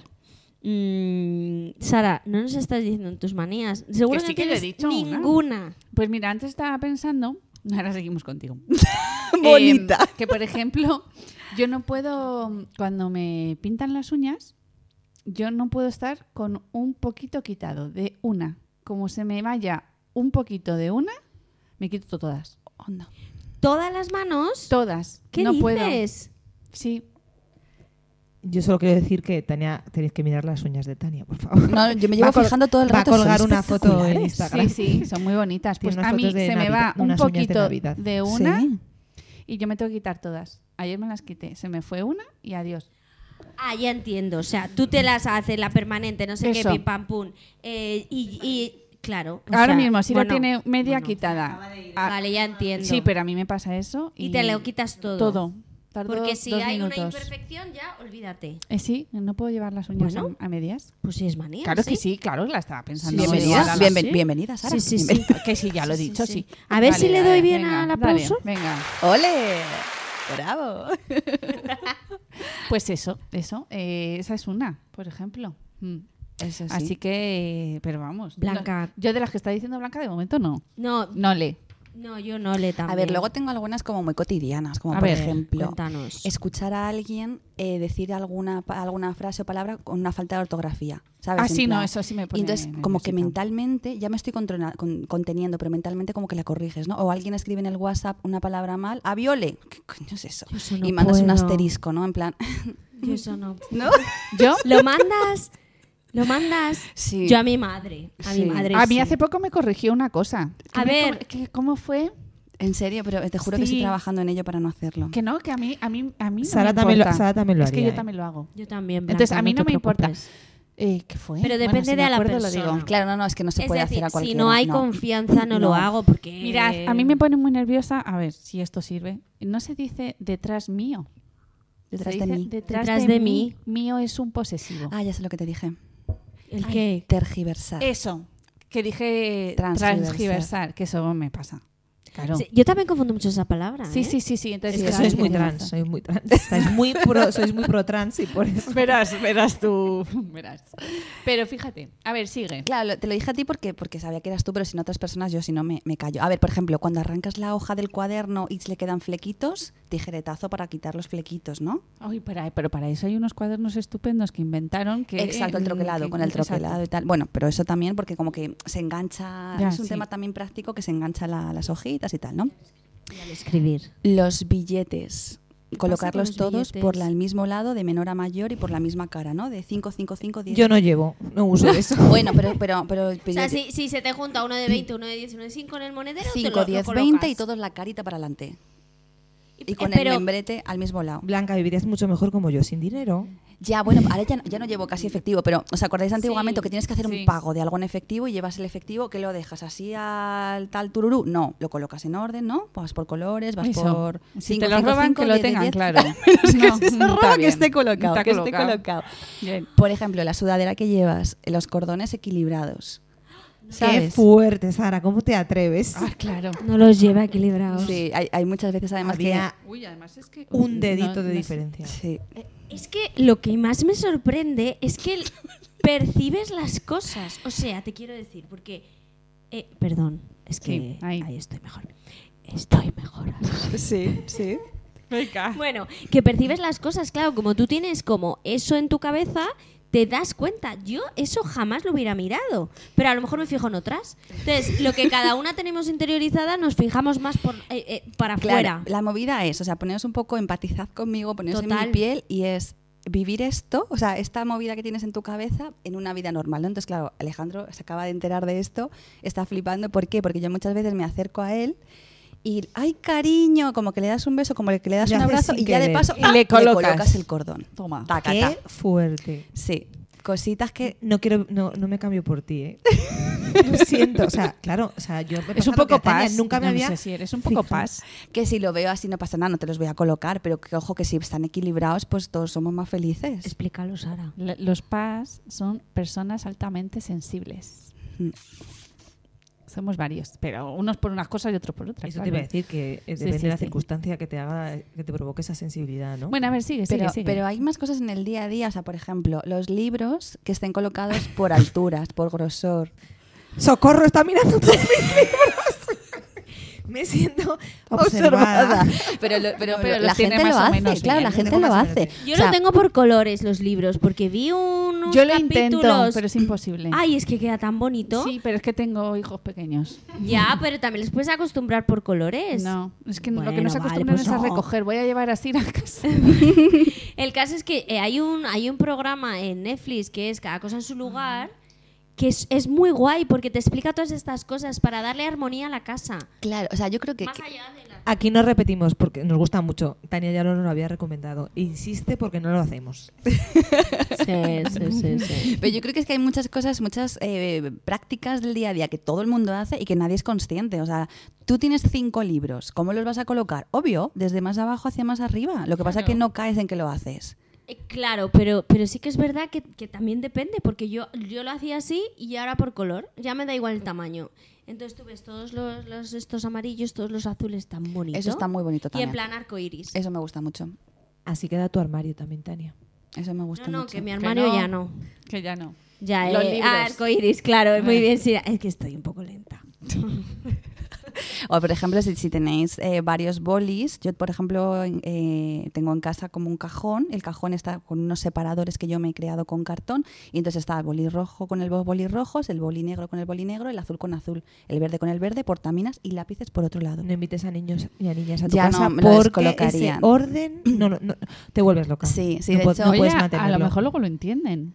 Speaker 4: Mm, Sara, no nos estás diciendo tus manías. Seguro
Speaker 3: Que
Speaker 4: que,
Speaker 3: sí que le he
Speaker 4: tienes
Speaker 3: dicho una.
Speaker 4: ninguna.
Speaker 3: Pues mira, antes estaba pensando... Ahora seguimos contigo.
Speaker 5: Bonita.
Speaker 3: Eh, que por ejemplo, yo no puedo... Cuando me pintan las uñas, yo no puedo estar con un poquito quitado de una. Como se me vaya un poquito de una, me quito todas.
Speaker 5: Onda.
Speaker 4: Todas las manos.
Speaker 3: Todas.
Speaker 4: ¿Qué
Speaker 3: no puedo.
Speaker 4: dices?
Speaker 3: Sí.
Speaker 1: Yo solo quiero decir que Tania, tenéis que mirar las uñas de Tania, por favor.
Speaker 5: No, yo me llevo
Speaker 1: Va a col-
Speaker 5: fijando todo el
Speaker 1: va a
Speaker 5: rato. son
Speaker 1: colgar una foto en
Speaker 5: espectaculares.
Speaker 1: Instagram.
Speaker 3: Sí, sí, son muy bonitas.
Speaker 1: Tiene
Speaker 3: Pues
Speaker 1: unas
Speaker 3: a mí
Speaker 1: fotos de
Speaker 3: se me
Speaker 1: Navidad,
Speaker 3: va un
Speaker 1: unas uñas de
Speaker 3: poquito de,
Speaker 1: Navidad.
Speaker 3: una
Speaker 5: Sí.
Speaker 3: y yo me tengo que quitar todas. Ayer me las quité, se me fue una y adiós.
Speaker 4: Ah, ya entiendo. O sea, tú te las haces la permanente, no sé
Speaker 3: Eso.
Speaker 4: qué, pim pam pum. Eh, y, y- claro. o
Speaker 3: Ahora
Speaker 4: sea,
Speaker 3: mismo, si
Speaker 4: bueno,
Speaker 3: la tiene media
Speaker 4: bueno.
Speaker 3: quitada. Ah,
Speaker 4: Vale, ya entiendo.
Speaker 3: sí, pero a mí me pasa eso. Y,
Speaker 4: Y te lo quitas todo.
Speaker 3: Todo. tardo
Speaker 4: Porque si
Speaker 3: dos
Speaker 4: hay
Speaker 3: minutos.
Speaker 4: una imperfección, ya olvídate.
Speaker 3: Eh, sí, no puedo llevar las uñas
Speaker 4: Bueno.
Speaker 3: a, a medias.
Speaker 4: Pues sí, es manía.
Speaker 3: Claro que sí, claro que la estaba pensando.
Speaker 4: Sí,
Speaker 5: bienvenida,
Speaker 4: sí, sí.
Speaker 5: bienven- bienvenida, Sara.
Speaker 4: Sí, sí, sí.
Speaker 5: Bienvenida.
Speaker 3: Que sí, ya lo he dicho, sí.
Speaker 4: A ver
Speaker 3: Vale,
Speaker 4: si le
Speaker 3: vale,
Speaker 4: doy bien
Speaker 3: venga,
Speaker 4: al
Speaker 3: dale,
Speaker 4: aplauso.
Speaker 3: venga.
Speaker 5: ¡Ole! ¡Bravo!
Speaker 3: Pues eso, eso. eh, esa es una, por ejemplo. Mm.
Speaker 5: Eso sí.
Speaker 3: Así que, eh, pero vamos.
Speaker 4: Blanca.
Speaker 3: no- yo de las que está diciendo Blanca, de momento no.
Speaker 4: No,
Speaker 3: No le.
Speaker 4: no, yo no le
Speaker 5: a
Speaker 4: también.
Speaker 5: ver, luego tengo algunas como muy cotidianas, como
Speaker 3: A
Speaker 5: por
Speaker 3: ver,
Speaker 5: ejemplo,
Speaker 4: Cuéntanos.
Speaker 5: escuchar a alguien eh, decir alguna, pa- alguna frase o palabra con una falta de ortografía. ¿sabes?
Speaker 3: Ah,
Speaker 5: En
Speaker 3: sí, no,
Speaker 5: plan-
Speaker 3: eso sí me
Speaker 5: Y
Speaker 3: pone.
Speaker 5: entonces, como que
Speaker 3: nerviosita.
Speaker 5: mentalmente, ya me estoy controla- con- conteniendo, pero mentalmente como que la corriges, ¿no? O alguien escribe en el WhatsApp una palabra mal, ¡ah, viole! ¿Qué coño es eso?
Speaker 4: Yo eso no
Speaker 5: y mandas un
Speaker 4: puedo.
Speaker 5: asterisco, ¿no? En plan,
Speaker 4: Yo eso no.
Speaker 5: ¿no?
Speaker 3: Yo.
Speaker 4: Lo mandas, lo mandas.
Speaker 5: Sí.
Speaker 4: Yo a mi madre, a
Speaker 5: Sí.
Speaker 4: mi madre.
Speaker 3: A mí
Speaker 4: sí.
Speaker 3: hace poco me corrigió una cosa. Que me
Speaker 4: A ver.
Speaker 3: cor- que ¿Cómo fue?
Speaker 5: En serio, pero te juro que estoy
Speaker 3: Sí.
Speaker 5: trabajando en ello para no hacerlo.
Speaker 3: Que no, que a mí, a mí, a mí no
Speaker 1: Sara
Speaker 3: me
Speaker 1: también lo-
Speaker 3: importa.
Speaker 1: Sara también lo
Speaker 3: Es que
Speaker 1: haría,
Speaker 3: yo
Speaker 1: ¿eh?
Speaker 3: también lo hago.
Speaker 4: Yo también.
Speaker 3: Entonces,
Speaker 4: Blanca,
Speaker 3: a mí no
Speaker 4: te
Speaker 3: me importa.
Speaker 4: preocupes.
Speaker 3: Eh, ¿Qué fue?
Speaker 4: Pero
Speaker 3: Bueno,
Speaker 4: depende
Speaker 3: si me
Speaker 4: de la
Speaker 3: acuerdo, lo
Speaker 4: persona.
Speaker 3: digo.
Speaker 5: Claro, no, no, es que no se
Speaker 4: Es
Speaker 5: puede
Speaker 4: decir,
Speaker 5: hacer a
Speaker 4: si
Speaker 5: cualquiera.
Speaker 4: no hay confianza no, lo
Speaker 5: No.
Speaker 4: hago porque.
Speaker 3: Mirad, a mí me pone muy nerviosa. A ver si esto sirve. No se dice detrás mío.
Speaker 5: Detrás
Speaker 3: Se
Speaker 5: de
Speaker 3: dice
Speaker 5: mí.
Speaker 3: Detrás,
Speaker 4: Detrás
Speaker 3: de,
Speaker 4: de
Speaker 3: mí. Mío es un posesivo.
Speaker 5: Ah, ya sé lo que te dije.
Speaker 4: ¿El
Speaker 5: Ay,
Speaker 4: qué?
Speaker 5: Tergiversar.
Speaker 3: Eso, que dije
Speaker 5: Transgiversar.
Speaker 3: transgiversar, que eso me pasa. Claro.
Speaker 4: Sí, yo también confundo mucho esa palabra.
Speaker 1: Ah,
Speaker 3: Sí,
Speaker 4: ¿eh?
Speaker 3: sí, sí, sí. Entonces,
Speaker 1: Es que
Speaker 3: claro,
Speaker 1: sois muy
Speaker 3: me
Speaker 1: trans,
Speaker 3: pasa.
Speaker 1: sois muy trans. Estáis muy pro, sois muy pro trans y por eso.
Speaker 3: Verás, verás tú. Verás. Pero fíjate, a ver, sigue.
Speaker 5: Claro, lo- te lo dije a ti porque, porque sabía que eras tú, pero sin otras personas yo si no me, me callo. A ver, por ejemplo, cuando arrancas la hoja del cuaderno y le quedan flequitos, tijeretazo para quitar los flequitos, ¿no?
Speaker 3: Ay, para- pero para eso hay unos cuadernos estupendos que inventaron que.
Speaker 5: Exacto, el
Speaker 3: mm,
Speaker 5: troquelado,
Speaker 3: que-
Speaker 5: con el
Speaker 3: exacto.
Speaker 5: troquelado y tal. Bueno, pero eso también porque como que se engancha,
Speaker 3: Ya,
Speaker 5: es un
Speaker 3: sí.
Speaker 5: tema también práctico que se engancha la- las hojitas y tal, ¿no?
Speaker 4: Al escribir.
Speaker 5: Los billetes. Colocarlos
Speaker 4: los
Speaker 5: todos
Speaker 4: billetes?
Speaker 5: por la- el mismo lado, de menor a mayor y por la misma cara, ¿no? De 5, 5, 5, 10.
Speaker 1: Yo no llevo, no uso eso.
Speaker 5: Bueno,
Speaker 3: pues-
Speaker 5: pero... pero, pero
Speaker 4: O sea, si, si se te junta uno de 20, uno de 10, uno de 5 en el monedero,
Speaker 5: 5, 10, 20 y todos la carita para adelante.
Speaker 4: Eh,
Speaker 5: Y con el membrete al mismo lado.
Speaker 1: Blanca, vivirías mucho mejor como yo, sin dinero.
Speaker 5: Ya, bueno, ahora ya, no- ya no llevo casi efectivo, pero ¿os acordáis antiguamente
Speaker 3: Sí,
Speaker 5: que tienes que hacer
Speaker 3: sí.
Speaker 5: un pago de algo en efectivo y llevas el efectivo que lo dejas así al tal tururú? No, lo colocas en orden, ¿no? Vas por colores, vas
Speaker 3: Eso.
Speaker 5: por.
Speaker 3: Si
Speaker 5: cinco,
Speaker 3: te lo
Speaker 5: cinco,
Speaker 3: roban,
Speaker 5: cinco,
Speaker 3: que lo
Speaker 5: diez,
Speaker 3: tengan
Speaker 5: diez.
Speaker 3: claro.
Speaker 5: Menos que se
Speaker 3: No,
Speaker 5: roba
Speaker 3: está
Speaker 5: que esté
Speaker 3: bien.
Speaker 5: colocado,
Speaker 3: Está
Speaker 5: que esté
Speaker 3: colocado.
Speaker 5: colocado.
Speaker 3: Bien.
Speaker 5: Por ejemplo, la sudadera que llevas, los cordones equilibrados.
Speaker 1: Qué
Speaker 5: ¿Sabes?
Speaker 1: fuerte, Sara, ¿cómo te atreves?
Speaker 3: Ah, claro.
Speaker 4: No los lleva equilibrados.
Speaker 5: Sí, hay, hay muchas veces además
Speaker 1: Había
Speaker 3: Uy, además es que.
Speaker 1: un
Speaker 3: no-
Speaker 1: dedito de
Speaker 3: no-
Speaker 5: que.
Speaker 1: diferencia.
Speaker 5: Sí.
Speaker 4: Es que lo que más me sorprende es que el- percibes las cosas. O sea, te quiero decir, porque. eh, perdón, es que
Speaker 3: Sí, ahí.
Speaker 4: ahí. estoy mejor. Estoy mejor.
Speaker 1: Sí, sí.
Speaker 4: bueno, que percibes las cosas, claro, como tú tienes como eso en tu cabeza, te das cuenta. Yo eso jamás lo hubiera mirado, pero a lo mejor me fijo en otras. Entonces, lo que cada una tenemos interiorizada, nos fijamos más por, eh, eh, para
Speaker 5: Claro,
Speaker 4: afuera.
Speaker 5: la movida es, o sea, poneos un poco, empatizad conmigo, poneos en
Speaker 4: Total.
Speaker 5: mi piel y es vivir esto, o sea, esta movida que tienes en tu cabeza en una vida normal, ¿no? Entonces, claro, Alejandro se acaba de enterar de esto, está flipando, ¿por qué? Porque yo muchas veces me acerco a él y, ay, cariño, como que le das un beso, como que le das
Speaker 1: Le
Speaker 5: un
Speaker 1: haces
Speaker 5: abrazo
Speaker 1: sin
Speaker 5: y ya de
Speaker 1: querer.
Speaker 5: paso
Speaker 3: Y
Speaker 5: ¡ah!
Speaker 3: le colocas.
Speaker 5: el cordón.
Speaker 3: Toma.
Speaker 5: Taca,
Speaker 1: Qué
Speaker 5: taca.
Speaker 1: fuerte.
Speaker 5: Sí, cositas que...
Speaker 1: No quiero, no, no me cambio por ti, ¿eh? Lo siento, o sea, claro, o sea, yo me
Speaker 3: Es
Speaker 1: pasa
Speaker 3: un
Speaker 1: lo que
Speaker 3: poco
Speaker 1: a Tania,
Speaker 3: paz.
Speaker 1: Nunca
Speaker 3: No,
Speaker 1: me
Speaker 3: no
Speaker 1: había.
Speaker 3: sé si eres un poco
Speaker 1: fijado.
Speaker 3: paz.
Speaker 5: Que si lo veo así no pasa nada, no te los voy a colocar, pero que ojo que si están equilibrados, pues todos somos más felices.
Speaker 4: Explícalo, Sara.
Speaker 3: La- Los PAS son personas altamente sensibles.
Speaker 5: Mm.
Speaker 3: Somos varios, pero unos por unas cosas y otros por otras.
Speaker 1: Eso
Speaker 3: claro.
Speaker 1: te iba a decir que eh, depende
Speaker 3: sí,
Speaker 1: de la
Speaker 3: sí.
Speaker 1: circunstancia que te haga, que te provoque esa sensibilidad, ¿no?
Speaker 3: Bueno, a ver, sigue, sigue,
Speaker 5: Pero,
Speaker 3: sigue.
Speaker 5: pero hay más cosas en el día a día, o sea, por ejemplo, los libros que estén colocados por alturas, por grosor.
Speaker 1: Socorro está mirando todos mis libros. me siento observada.
Speaker 5: Pero, lo- pero-
Speaker 3: No, pero
Speaker 5: pero
Speaker 3: los
Speaker 5: la
Speaker 3: tiene
Speaker 5: gente
Speaker 3: más
Speaker 5: lo
Speaker 3: o
Speaker 5: hace,
Speaker 3: menos
Speaker 5: claro,
Speaker 3: bien,
Speaker 5: la
Speaker 3: los
Speaker 5: gente
Speaker 1: tiene
Speaker 5: lo
Speaker 1: más o
Speaker 5: hace.
Speaker 1: menos
Speaker 4: Yo
Speaker 5: O sea,
Speaker 4: lo tengo por colores los libros, porque vi un
Speaker 3: Yo lo intento,
Speaker 4: capítulos.
Speaker 3: pero es imposible.
Speaker 4: Ay, es que queda tan bonito.
Speaker 3: sí, pero es que tengo hijos pequeños.
Speaker 4: Ya, pero también les puedes acostumbrar por colores.
Speaker 3: No, es que lo que
Speaker 4: Bueno,
Speaker 3: nos
Speaker 4: vale,
Speaker 3: acostumbran
Speaker 4: pues
Speaker 3: es a
Speaker 4: no.
Speaker 3: recoger. Voy a llevar así la casa. Ah.
Speaker 4: El caso es que eh, hay un hay un programa en Netflix que es Cada cosa en su lugar que es, es muy guay porque te explica todas estas cosas para darle armonía a la casa.
Speaker 5: Claro, o sea, yo creo que...
Speaker 2: Más
Speaker 5: que-
Speaker 2: allá de la...
Speaker 1: Aquí nos repetimos porque nos gusta mucho. Tania ya nos lo había recomendado. Insiste porque no lo hacemos.
Speaker 4: Sí, sí, sí, sí.
Speaker 5: Pero yo creo que es que hay muchas cosas, muchas eh, prácticas del día a día que todo el mundo hace y que nadie es consciente. O sea, tú tienes cinco libros, ¿cómo los vas a colocar? Obvio, desde más abajo hacia más arriba. Lo que pasa es que no caes en que lo haces.
Speaker 4: Eh, Claro, pero, pero sí que es verdad que, que también depende, porque yo, yo lo hacía así y ahora por color, ya me da igual el tamaño. Entonces tú ves todos los, los- estos amarillos, todos los azules tan bonitos.
Speaker 5: Eso está muy bonito
Speaker 4: Y
Speaker 5: también.
Speaker 4: en plan arcoiris.
Speaker 5: Eso me gusta mucho.
Speaker 1: Así queda tu armario también, Tania.
Speaker 5: Eso me gusta
Speaker 4: No, no,
Speaker 5: mucho.
Speaker 4: que mi armario
Speaker 3: no.
Speaker 4: ya no.
Speaker 3: Que ya no.
Speaker 4: Ya,
Speaker 3: Los
Speaker 4: eh,
Speaker 3: libros.
Speaker 4: ah, arcoiris, claro, muy bien. sí, es que estoy un poco lenta.
Speaker 5: O por ejemplo, si, si tenéis eh, varios bolis, yo por ejemplo en- eh, tengo en casa como un cajón, el cajón está con unos separadores que yo me he creado con cartón, y entonces está el boli rojo con el bo- boli rojos, el boli negro con el boli negro, el azul con azul, el verde con el verde, portaminas y lápices por otro lado.
Speaker 1: No invites a niños y a niñas a tu
Speaker 5: Ya no,
Speaker 1: casa
Speaker 5: me lo
Speaker 1: porque
Speaker 5: descolocarían.
Speaker 1: ese orden no, no, no, te vuelves loca.
Speaker 5: Sí, sí,
Speaker 1: no,
Speaker 5: de
Speaker 1: po-
Speaker 5: hecho-
Speaker 1: no
Speaker 5: Oye,
Speaker 1: puedes
Speaker 3: a- a
Speaker 1: mantenerlo.
Speaker 3: lo mejor luego lo entienden.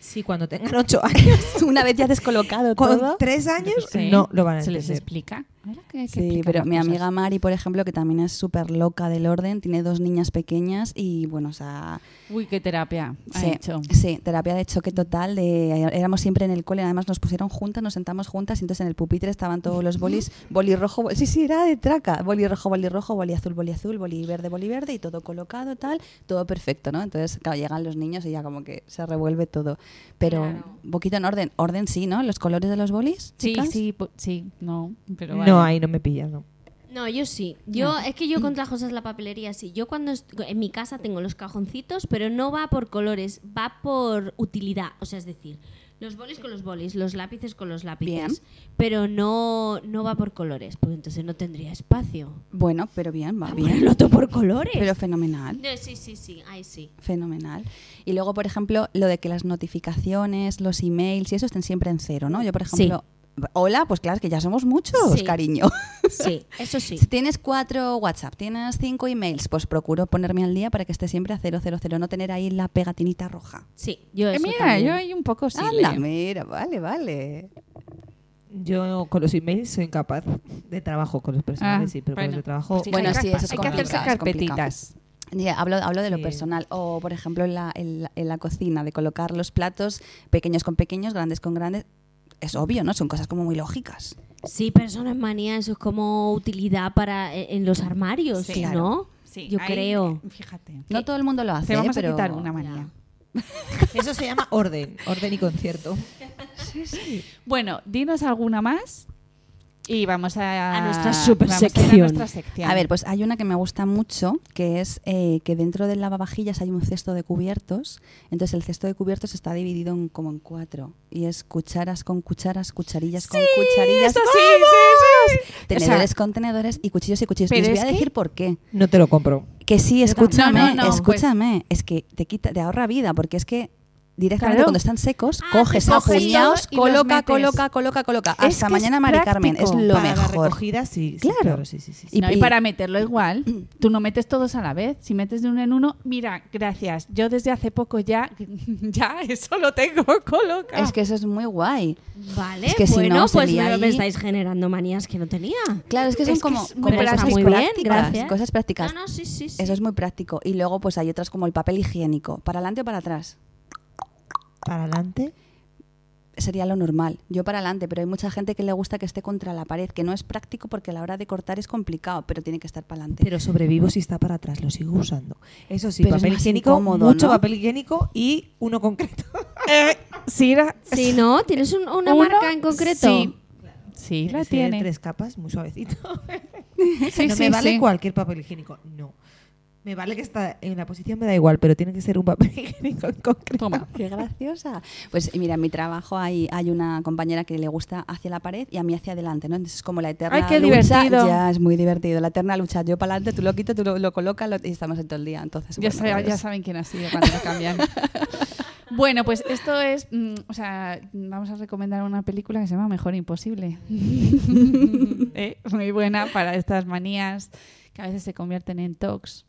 Speaker 1: Sí, cuando tengan ocho años,
Speaker 5: Una vez ya descolocado
Speaker 1: con
Speaker 5: todo.
Speaker 1: tres años
Speaker 3: Sí.
Speaker 1: no lo van a
Speaker 3: Se les
Speaker 1: entender.
Speaker 3: explica. Ahora que hay que
Speaker 5: Sí,
Speaker 3: explicar
Speaker 5: pero
Speaker 3: las
Speaker 5: mi
Speaker 3: cosas.
Speaker 5: amiga Mari, por ejemplo, que también es súper loca del orden, tiene dos niñas pequeñas y bueno, o sea,
Speaker 3: Uy, qué terapia ha
Speaker 5: Sí,
Speaker 3: hecho.
Speaker 5: sí, terapia de choque total. De, éramos siempre en el cole, además nos pusieron juntas, nos sentamos juntas, y entonces en el pupitre estaban todos los bolis, boli rojo, boli- sí, sí, era de traca, boli rojo, boli rojo, boli azul, boli azul, boli verde, boli verde, y todo colocado, tal, todo perfecto, ¿no? Entonces, claro, llegan los niños y ya como que se revuelve todo. Pero un poquito en orden, orden sí, ¿no? Los colores de los bolis,
Speaker 3: Sí,
Speaker 5: chicas.
Speaker 3: sí, po- sí, no, pero
Speaker 1: No,
Speaker 3: vale.
Speaker 1: ahí no me pillas, no.
Speaker 4: No, yo sí. Yo es que yo contra las cosas de la papelería sí. Yo cuando est- en mi casa tengo los cajoncitos, pero no va por colores, va por utilidad, o sea, es decir, los bolis con los bolis, los lápices con los lápices,
Speaker 5: Bien.
Speaker 4: pero no no va por colores, porque entonces no tendría espacio.
Speaker 5: Bueno, pero bien,
Speaker 3: Ah,
Speaker 5: va bien.
Speaker 4: Ponerlo todo por colores.
Speaker 5: Pero fenomenal.
Speaker 4: No, sí, sí, sí, ahí sí.
Speaker 5: Fenomenal. Y luego, por ejemplo, lo de que las notificaciones, los emails y eso estén siempre en cero, ¿no? Yo, por ejemplo, hola, pues claro, es que ya somos muchos,
Speaker 4: Sí.
Speaker 5: cariño.
Speaker 4: Sí, eso sí.
Speaker 5: Si tienes cuatro WhatsApp, tienes cinco emails, pues procuro ponerme al día para que esté siempre a cero, cero, cero, no tener ahí la pegatinita roja.
Speaker 4: Sí, yo
Speaker 3: Eh,
Speaker 4: eso
Speaker 3: mira,
Speaker 4: también.
Speaker 3: yo ahí un poco sí.
Speaker 5: Hala,
Speaker 3: le-
Speaker 5: Pues mira, vale, vale.
Speaker 1: Yo con los emails soy incapaz de trabajo con los personales,
Speaker 3: Ah,
Speaker 1: Pues sí, pero con los
Speaker 3: bueno.
Speaker 1: de trabajo.
Speaker 3: Sí,
Speaker 5: Bueno,
Speaker 3: hay
Speaker 5: sí,
Speaker 3: que-
Speaker 5: eso es
Speaker 3: Hay que hacerse
Speaker 5: complicado, es complicado.
Speaker 3: carpetitas.
Speaker 5: Ya, eh, hablo, hablo de lo
Speaker 1: Sí.
Speaker 5: personal. O, por ejemplo, en la, en la- en la cocina, de colocar los platos pequeños con pequeños, grandes con grandes. Es obvio, ¿no? Son cosas como muy lógicas.
Speaker 4: Sí, pero eso no es manía, eso es como utilidad para e, en los armarios,
Speaker 5: Sí, claro.
Speaker 4: ¿no? yo
Speaker 3: ahí,
Speaker 4: creo.
Speaker 3: Fíjate.
Speaker 5: No todo el mundo lo hace,
Speaker 3: Te vamos
Speaker 5: pero...
Speaker 3: a quitar una manía.
Speaker 1: Eso se llama orden, orden y concierto.
Speaker 3: Bueno, dinos alguna más y vamos a,
Speaker 4: A nuestra super
Speaker 3: vamos a ir a
Speaker 4: sección.
Speaker 3: nuestra sección.
Speaker 5: A ver, pues hay una que me gusta mucho, que es eh, que dentro del lavavajillas hay un cesto de cubiertos. Entonces el cesto de cubiertos está dividido en, como en cuatro. Y es cucharas con cucharas, cucharillas pues, con cucharillas.
Speaker 3: Eso sí, sí, sí, sí.
Speaker 5: Tenedores
Speaker 3: O sea,
Speaker 5: con tenedores y cuchillos y cuchillos. Y
Speaker 3: pero
Speaker 5: os voy
Speaker 3: es
Speaker 5: a
Speaker 3: que-
Speaker 5: decir por qué.
Speaker 1: No te lo compro.
Speaker 5: Que sí, escúchame,
Speaker 3: No, no, no,
Speaker 5: escúchame. Es que te quita, te ahorra vida, porque es que directamente
Speaker 3: Claro.
Speaker 5: cuando están secos,
Speaker 4: Ah,
Speaker 5: coges
Speaker 4: te
Speaker 5: a
Speaker 4: coges
Speaker 5: cuñados,
Speaker 3: todo y los
Speaker 5: coloca,
Speaker 3: metes.
Speaker 5: coloca, coloca, coloca.
Speaker 3: Es
Speaker 5: Hasta
Speaker 3: que es
Speaker 5: mañana, Mari Carmen. Es
Speaker 3: práctico.
Speaker 5: lo
Speaker 1: Para la
Speaker 5: mejor.
Speaker 1: recogida, sí. sí,
Speaker 5: Claro.
Speaker 1: sí, sí, sí.
Speaker 5: Y- Mm.
Speaker 3: no, y,
Speaker 5: y-
Speaker 3: para meterlo igual, tú no metes todos a la vez. Si metes de uno en uno, mira, gracias. Yo desde hace poco ya, ya eso lo tengo colocado.
Speaker 5: Es que eso es muy guay.
Speaker 4: Vale,
Speaker 5: Es que si
Speaker 4: bueno,
Speaker 5: no,
Speaker 4: pues
Speaker 5: sería
Speaker 4: me,
Speaker 5: ahí-
Speaker 4: me estáis generando manías que no tenía.
Speaker 5: Claro, es que son
Speaker 3: Es que
Speaker 5: como,
Speaker 3: es muy
Speaker 5: como
Speaker 4: Pero está
Speaker 5: cosas
Speaker 4: muy bien,
Speaker 5: prácticas,
Speaker 4: gracias.
Speaker 5: cosas prácticas.
Speaker 4: No, no, sí, sí, sí.
Speaker 5: Eso es muy práctico. Y luego pues hay otras como el papel higiénico, para adelante o para atrás.
Speaker 1: Para adelante.
Speaker 5: Sería lo normal. Yo para adelante, pero hay mucha gente que le gusta que esté contra la pared, que no es práctico porque a la hora de cortar es complicado, pero tiene que estar para adelante.
Speaker 1: Pero sobrevivo si está para atrás, lo sigo usando. Eso sí,
Speaker 5: Pero es
Speaker 1: papel
Speaker 5: más
Speaker 1: higiénico,
Speaker 5: incómodo,
Speaker 1: mucho
Speaker 5: ¿no?
Speaker 1: papel higiénico y uno concreto.
Speaker 3: Sí, la-
Speaker 4: Sí, ¿no? ¿Tienes un- una
Speaker 3: uno-
Speaker 4: marca en concreto?
Speaker 3: Sí, Sí, la
Speaker 1: Es decir,
Speaker 3: tiene.
Speaker 1: Tres capas, muy suavecito.
Speaker 3: Sí,
Speaker 1: no
Speaker 3: sí,
Speaker 1: me vale
Speaker 3: sí.
Speaker 1: cualquier papel higiénico, no. Me vale que está en la posición, me da igual, pero tiene que ser un papel higiénico en concreto.
Speaker 3: Toma.
Speaker 5: Qué graciosa. Pues mira, en mi trabajo hay, hay una compañera que le gusta hacia la pared y a mí hacia adelante, ¿no? Entonces es como la eterna
Speaker 3: Ay, qué
Speaker 5: lucha.
Speaker 3: divertido.
Speaker 5: Ya es muy divertido. La eterna lucha. Yo para adelante, tú lo quitas, tú lo, lo colocas lo- y estamos ahí todo el día. Entonces,
Speaker 3: Ya,
Speaker 5: bueno,
Speaker 3: sa-
Speaker 5: pues-
Speaker 3: ya saben quién ha sido cuando lo cambian. bueno, pues esto es. mm, o sea, vamos a recomendar una película que se llama Mejor Imposible. ¿Eh? Muy buena para estas manías que a veces se convierten en tocs.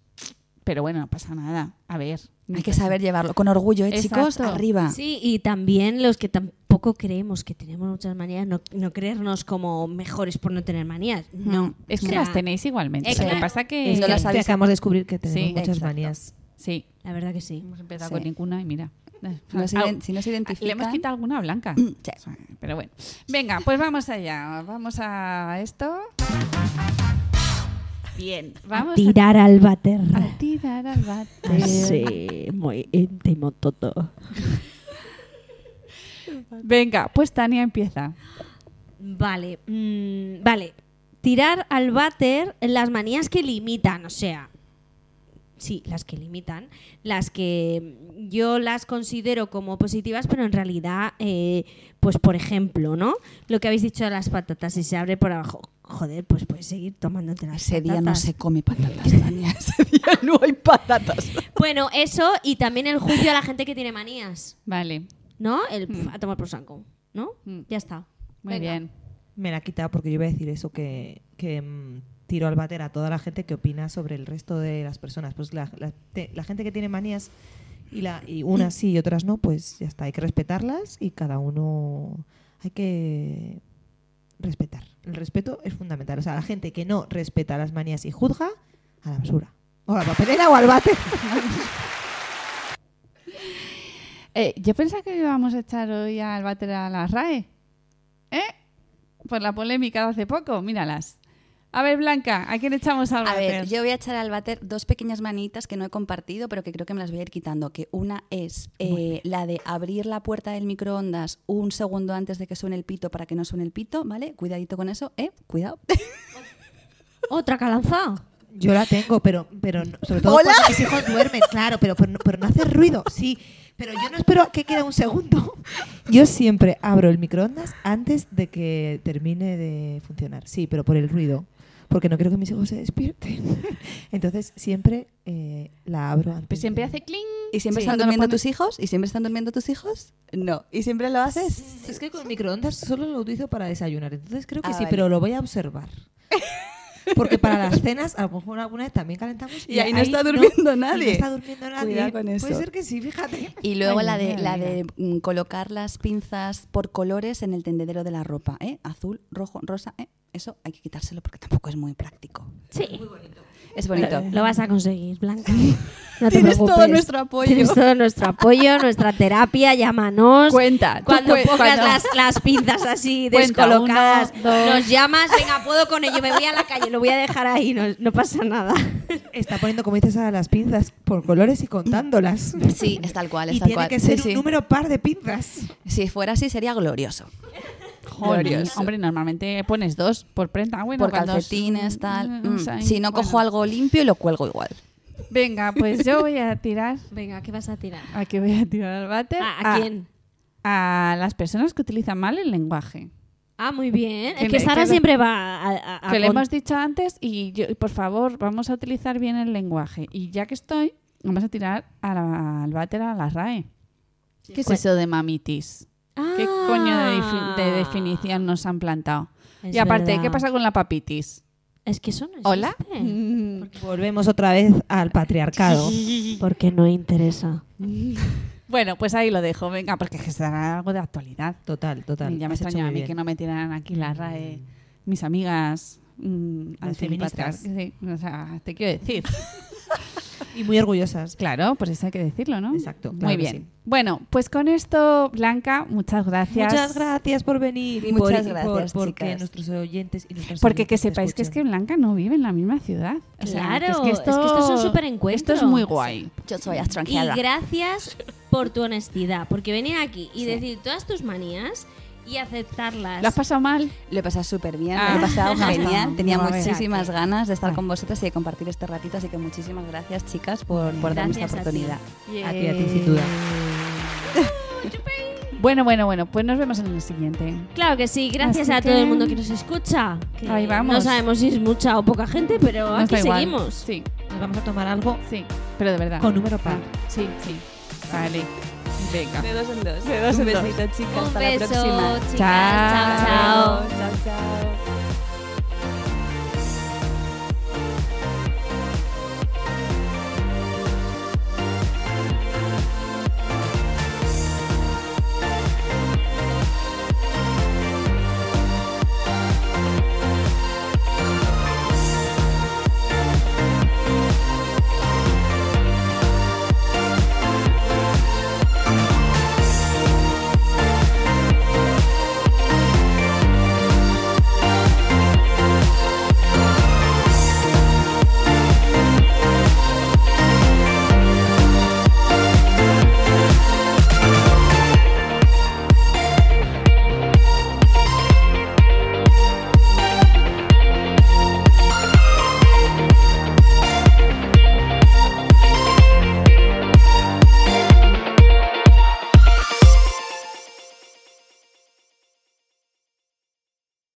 Speaker 3: Pero bueno, no pasa nada. A ver.
Speaker 5: Hay que saber llevarlo con orgullo, ¿eh, chicos?
Speaker 3: Exacto.
Speaker 5: Arriba.
Speaker 4: Ah. Sí, y también los que tampoco creemos que tenemos muchas manías, no, no creernos como mejores por no tener manías. No.
Speaker 3: Mm, Es que
Speaker 4: O sea,
Speaker 3: las tenéis igualmente.
Speaker 4: es
Speaker 3: Lo que
Speaker 4: que-
Speaker 3: pasa que...
Speaker 1: Es
Speaker 5: No
Speaker 1: que
Speaker 5: las habéis-
Speaker 1: acabamos de descubrir que tenemos
Speaker 3: Sí,
Speaker 1: muchas
Speaker 5: exacto.
Speaker 1: manías.
Speaker 3: Sí,
Speaker 4: La verdad que sí.
Speaker 3: hemos empezado
Speaker 5: Sí.
Speaker 3: con ninguna y mira.
Speaker 5: No se
Speaker 3: Ah,
Speaker 5: iden- si no se
Speaker 3: Le hemos
Speaker 5: identifican-
Speaker 3: quitado alguna a Blanca.
Speaker 5: Sí.
Speaker 3: O sea, Pero bueno. Venga, pues vamos allá. Vamos a esto. Bien. Vamos a-
Speaker 4: Tirar al váter.
Speaker 3: a tirar al váter.
Speaker 4: Ah, Sí, muy íntimo todo.
Speaker 3: Venga, pues Tania empieza.
Speaker 4: Vale, mm, vale. Tirar al váter las manías que limitan, o sea. Sí, las que limitan. Las que yo las considero como positivas, pero en realidad, eh, pues por ejemplo, ¿no? Lo que habéis dicho de las patatas, si se abre por abajo, joder, pues puedes seguir tomándote las
Speaker 5: Ese día no
Speaker 4: patatas.
Speaker 5: se come patatas, Tania. Ese día no hay patatas.
Speaker 4: Bueno, eso y también el juicio a la gente que tiene manías,
Speaker 3: Vale.
Speaker 4: ¿no? El
Speaker 5: Mm.
Speaker 4: pf, a tomar por saco, ¿no?
Speaker 3: Mm.
Speaker 4: Ya está.
Speaker 3: Muy
Speaker 4: Venga.
Speaker 3: bien.
Speaker 1: Me la ha quitado porque yo iba a decir eso, que, que, mm, tiro al bater a toda la gente que opina sobre el resto de las personas. Pues la, la- te- la gente que tiene manías y, la, y unas sí y otras no, pues ya está, hay que respetarlas y cada uno hay que respetar. El respeto es fundamental. O sea, la gente que no respeta las manías y juzga, a la basura. O a la papelera o al bate.
Speaker 3: Eh, yo pensaba que íbamos a echar hoy al váter a las RAE. ¿Eh? Por la polémica de hace poco. Míralas. A ver, Blanca, ¿a quién echamos al
Speaker 5: A
Speaker 3: váter?
Speaker 5: ver, yo voy a echar al váter dos pequeñas manitas que no he compartido, pero que creo que me las voy a ir quitando. Que una es eh, la de abrir la puerta del microondas un segundo antes de que suene el pito para que no suene el pito, ¿vale? Cuidadito con eso, ¿eh? Cuidado.
Speaker 4: Otra calanza.
Speaker 1: Yo la tengo, pero, pero no- sobre todo
Speaker 5: ¿Hola?
Speaker 1: cuando mis hijos duermen, claro, pero, pero, no- pero no hace ruido, sí. Pero yo no espero a que quede un segundo. Yo siempre abro el microondas antes de que termine de funcionar, sí, pero por el ruido, porque no quiero que mis hijos se despierten. Entonces siempre eh, la abro antes.
Speaker 3: Pues siempre
Speaker 1: de-
Speaker 3: hace cling.
Speaker 5: ¿Y siempre
Speaker 3: Sí.
Speaker 5: están
Speaker 3: Cuando lo
Speaker 5: durmiendo
Speaker 3: pones-
Speaker 5: tus hijos? ¿Y siempre están durmiendo tus hijos? No. ¿Y siempre lo haces?
Speaker 1: Es que con el microondas solo lo utilizo para desayunar, entonces creo que
Speaker 5: Ah,
Speaker 1: sí,
Speaker 5: vale.
Speaker 1: pero lo voy a observar. Porque para las cenas, a lo mejor alguna vez también calentamos.
Speaker 5: Y ahí no está durmiendo
Speaker 1: y no
Speaker 5: nadie.
Speaker 1: está durmiendo nadie.
Speaker 5: Cuidado con
Speaker 1: Puede
Speaker 5: eso.
Speaker 1: ser que sí, fíjate.
Speaker 5: Y luego
Speaker 3: Ay,
Speaker 5: la de,
Speaker 3: madre
Speaker 5: la
Speaker 3: mía.
Speaker 5: de mm, colocar las pinzas por colores en el tendedero de la ropa, ¿eh? Azul, rojo, rosa, ¿eh? Eso hay que quitárselo porque tampoco es muy práctico.
Speaker 4: Sí.
Speaker 5: Es bonito.
Speaker 4: Lo vas a conseguir, Blanca. No te
Speaker 5: Tienes todo
Speaker 4: preocupes.
Speaker 5: nuestro apoyo.
Speaker 4: Tienes todo nuestro apoyo, nuestra terapia, llámanos.
Speaker 3: Cuenta. tú
Speaker 4: Cuando
Speaker 3: cuen-
Speaker 4: pongas
Speaker 3: cuando-
Speaker 4: Las, las pinzas así
Speaker 3: Cuenta,
Speaker 4: descolocadas,
Speaker 3: uno, dos.
Speaker 4: nos llamas, venga, puedo con ello, me voy a la calle, lo voy a dejar ahí, no, no pasa nada.
Speaker 1: Está poniendo, como dices, a las pinzas por colores y contándolas.
Speaker 5: Sí, es tal cual, es
Speaker 1: Y
Speaker 5: tal
Speaker 1: tiene
Speaker 5: cual.
Speaker 1: que
Speaker 5: Sí,
Speaker 1: ser
Speaker 5: sí.
Speaker 1: un número par de pinzas.
Speaker 5: Si fuera así sería glorioso.
Speaker 3: Jolín,
Speaker 5: Glorioso.
Speaker 3: Hombre, normalmente pones dos por prenda. Bueno,
Speaker 5: Por
Speaker 3: cuando-
Speaker 5: calcetines, tal.
Speaker 3: Mm,
Speaker 5: Mm.
Speaker 3: o sea,
Speaker 5: Si no
Speaker 3: bueno.
Speaker 5: cojo algo limpio y lo cuelgo igual.
Speaker 3: Venga, pues yo voy a tirar.
Speaker 4: Venga, ¿qué vas a tirar?
Speaker 3: ¿A qué voy a tirar Ah. al váter?
Speaker 4: Ah, ¿A, quién?
Speaker 3: A las personas que utilizan mal el lenguaje.
Speaker 4: Ah, muy bien.
Speaker 3: Que
Speaker 4: Es que
Speaker 3: le-
Speaker 4: Sara
Speaker 3: que le-
Speaker 4: siempre va a... a- a
Speaker 3: que le
Speaker 4: Ah, con-
Speaker 3: hemos dicho antes y yo- y por favor, vamos a utilizar bien el lenguaje. Y ya que estoy, vamos a tirar a la- al váter a la RAE. ¿Qué es eso de mamitis? ¿Qué
Speaker 4: pues, Ah.
Speaker 3: coño de, defi- de definición nos han plantado?
Speaker 4: Es
Speaker 3: y aparte,
Speaker 4: verdad.
Speaker 3: ¿qué pasa con la papitis?
Speaker 4: Es este? que eso no
Speaker 3: ¿Hola?
Speaker 4: existe.
Speaker 1: Volvemos otra vez al patriarcado.
Speaker 3: Mm.
Speaker 4: Porque no interesa.
Speaker 3: Bueno, pues ahí lo dejo, venga, porque es que será algo de actualidad.
Speaker 1: Total, total.
Speaker 3: ya me
Speaker 1: Has hecho
Speaker 3: extraña
Speaker 1: muy
Speaker 3: a mí
Speaker 1: bien.
Speaker 3: que no me tiraran aquí la RAE mis amigas mm,
Speaker 1: Las
Speaker 3: antifeministas. Sí, o sea, te quiero decir.
Speaker 1: Y muy orgullosas.
Speaker 3: claro, pues eso hay que decirlo, ¿no?
Speaker 1: Exacto,
Speaker 3: Muy
Speaker 1: claro que
Speaker 3: bien.
Speaker 1: sí.
Speaker 3: Bueno, pues con esto, Blanca, muchas gracias.
Speaker 1: Muchas gracias por venir. y
Speaker 5: Muchas
Speaker 1: por- y
Speaker 5: gracias,
Speaker 1: por- porque
Speaker 5: chicas.
Speaker 1: nuestros oyentes y nuestras
Speaker 3: Porque que
Speaker 1: oyentes te
Speaker 3: sepáis que es que
Speaker 1: escuchen.
Speaker 3: Blanca no vive en la misma ciudad. O sea,
Speaker 4: Claro,
Speaker 3: que es que
Speaker 4: es que
Speaker 3: esto,
Speaker 4: esto es un
Speaker 3: Esto
Speaker 4: superencuentro.
Speaker 3: es muy guay.
Speaker 5: Yo soy
Speaker 4: Y
Speaker 5: extranjera.
Speaker 4: gracias por tu honestidad, porque venir aquí y decir todas tus manías y aceptarlas.
Speaker 3: ¿Lo has pasado mal?
Speaker 5: Lo he pasado súper bien,
Speaker 3: Ah.
Speaker 5: lo he pasado
Speaker 3: Ya
Speaker 5: genial.
Speaker 3: está.
Speaker 5: Tenía
Speaker 3: Vamos a ver.
Speaker 5: muchísimas ganas de estar
Speaker 3: Vale.
Speaker 5: con vosotras y de compartir este ratito, así que muchísimas gracias, chicas, por, por darme esta
Speaker 4: Gracias a ti.
Speaker 5: oportunidad.
Speaker 1: A ti, a ti, sin duda.
Speaker 3: Bueno, bueno, bueno, pues nos vemos en el siguiente.
Speaker 4: Claro que sí, gracias
Speaker 3: Así
Speaker 4: a todo
Speaker 3: que-
Speaker 4: el mundo que nos escucha. que
Speaker 3: Ahí vamos.
Speaker 4: No sabemos si es mucha o poca gente, pero
Speaker 3: Nos
Speaker 4: aquí
Speaker 3: da igual.
Speaker 4: seguimos.
Speaker 3: Sí,
Speaker 1: Nos vamos a tomar algo
Speaker 3: sí, pero de verdad.
Speaker 1: con número par.
Speaker 3: Sí, sí. Vale. Venga.
Speaker 5: De dos en dos. De dos
Speaker 3: en
Speaker 5: Un
Speaker 3: dos.
Speaker 5: besito, chicas.
Speaker 4: Un
Speaker 5: Hasta
Speaker 4: beso,
Speaker 5: la próxima.
Speaker 4: chicas.
Speaker 3: Chao.
Speaker 4: chao. chao.
Speaker 5: Chao, chao.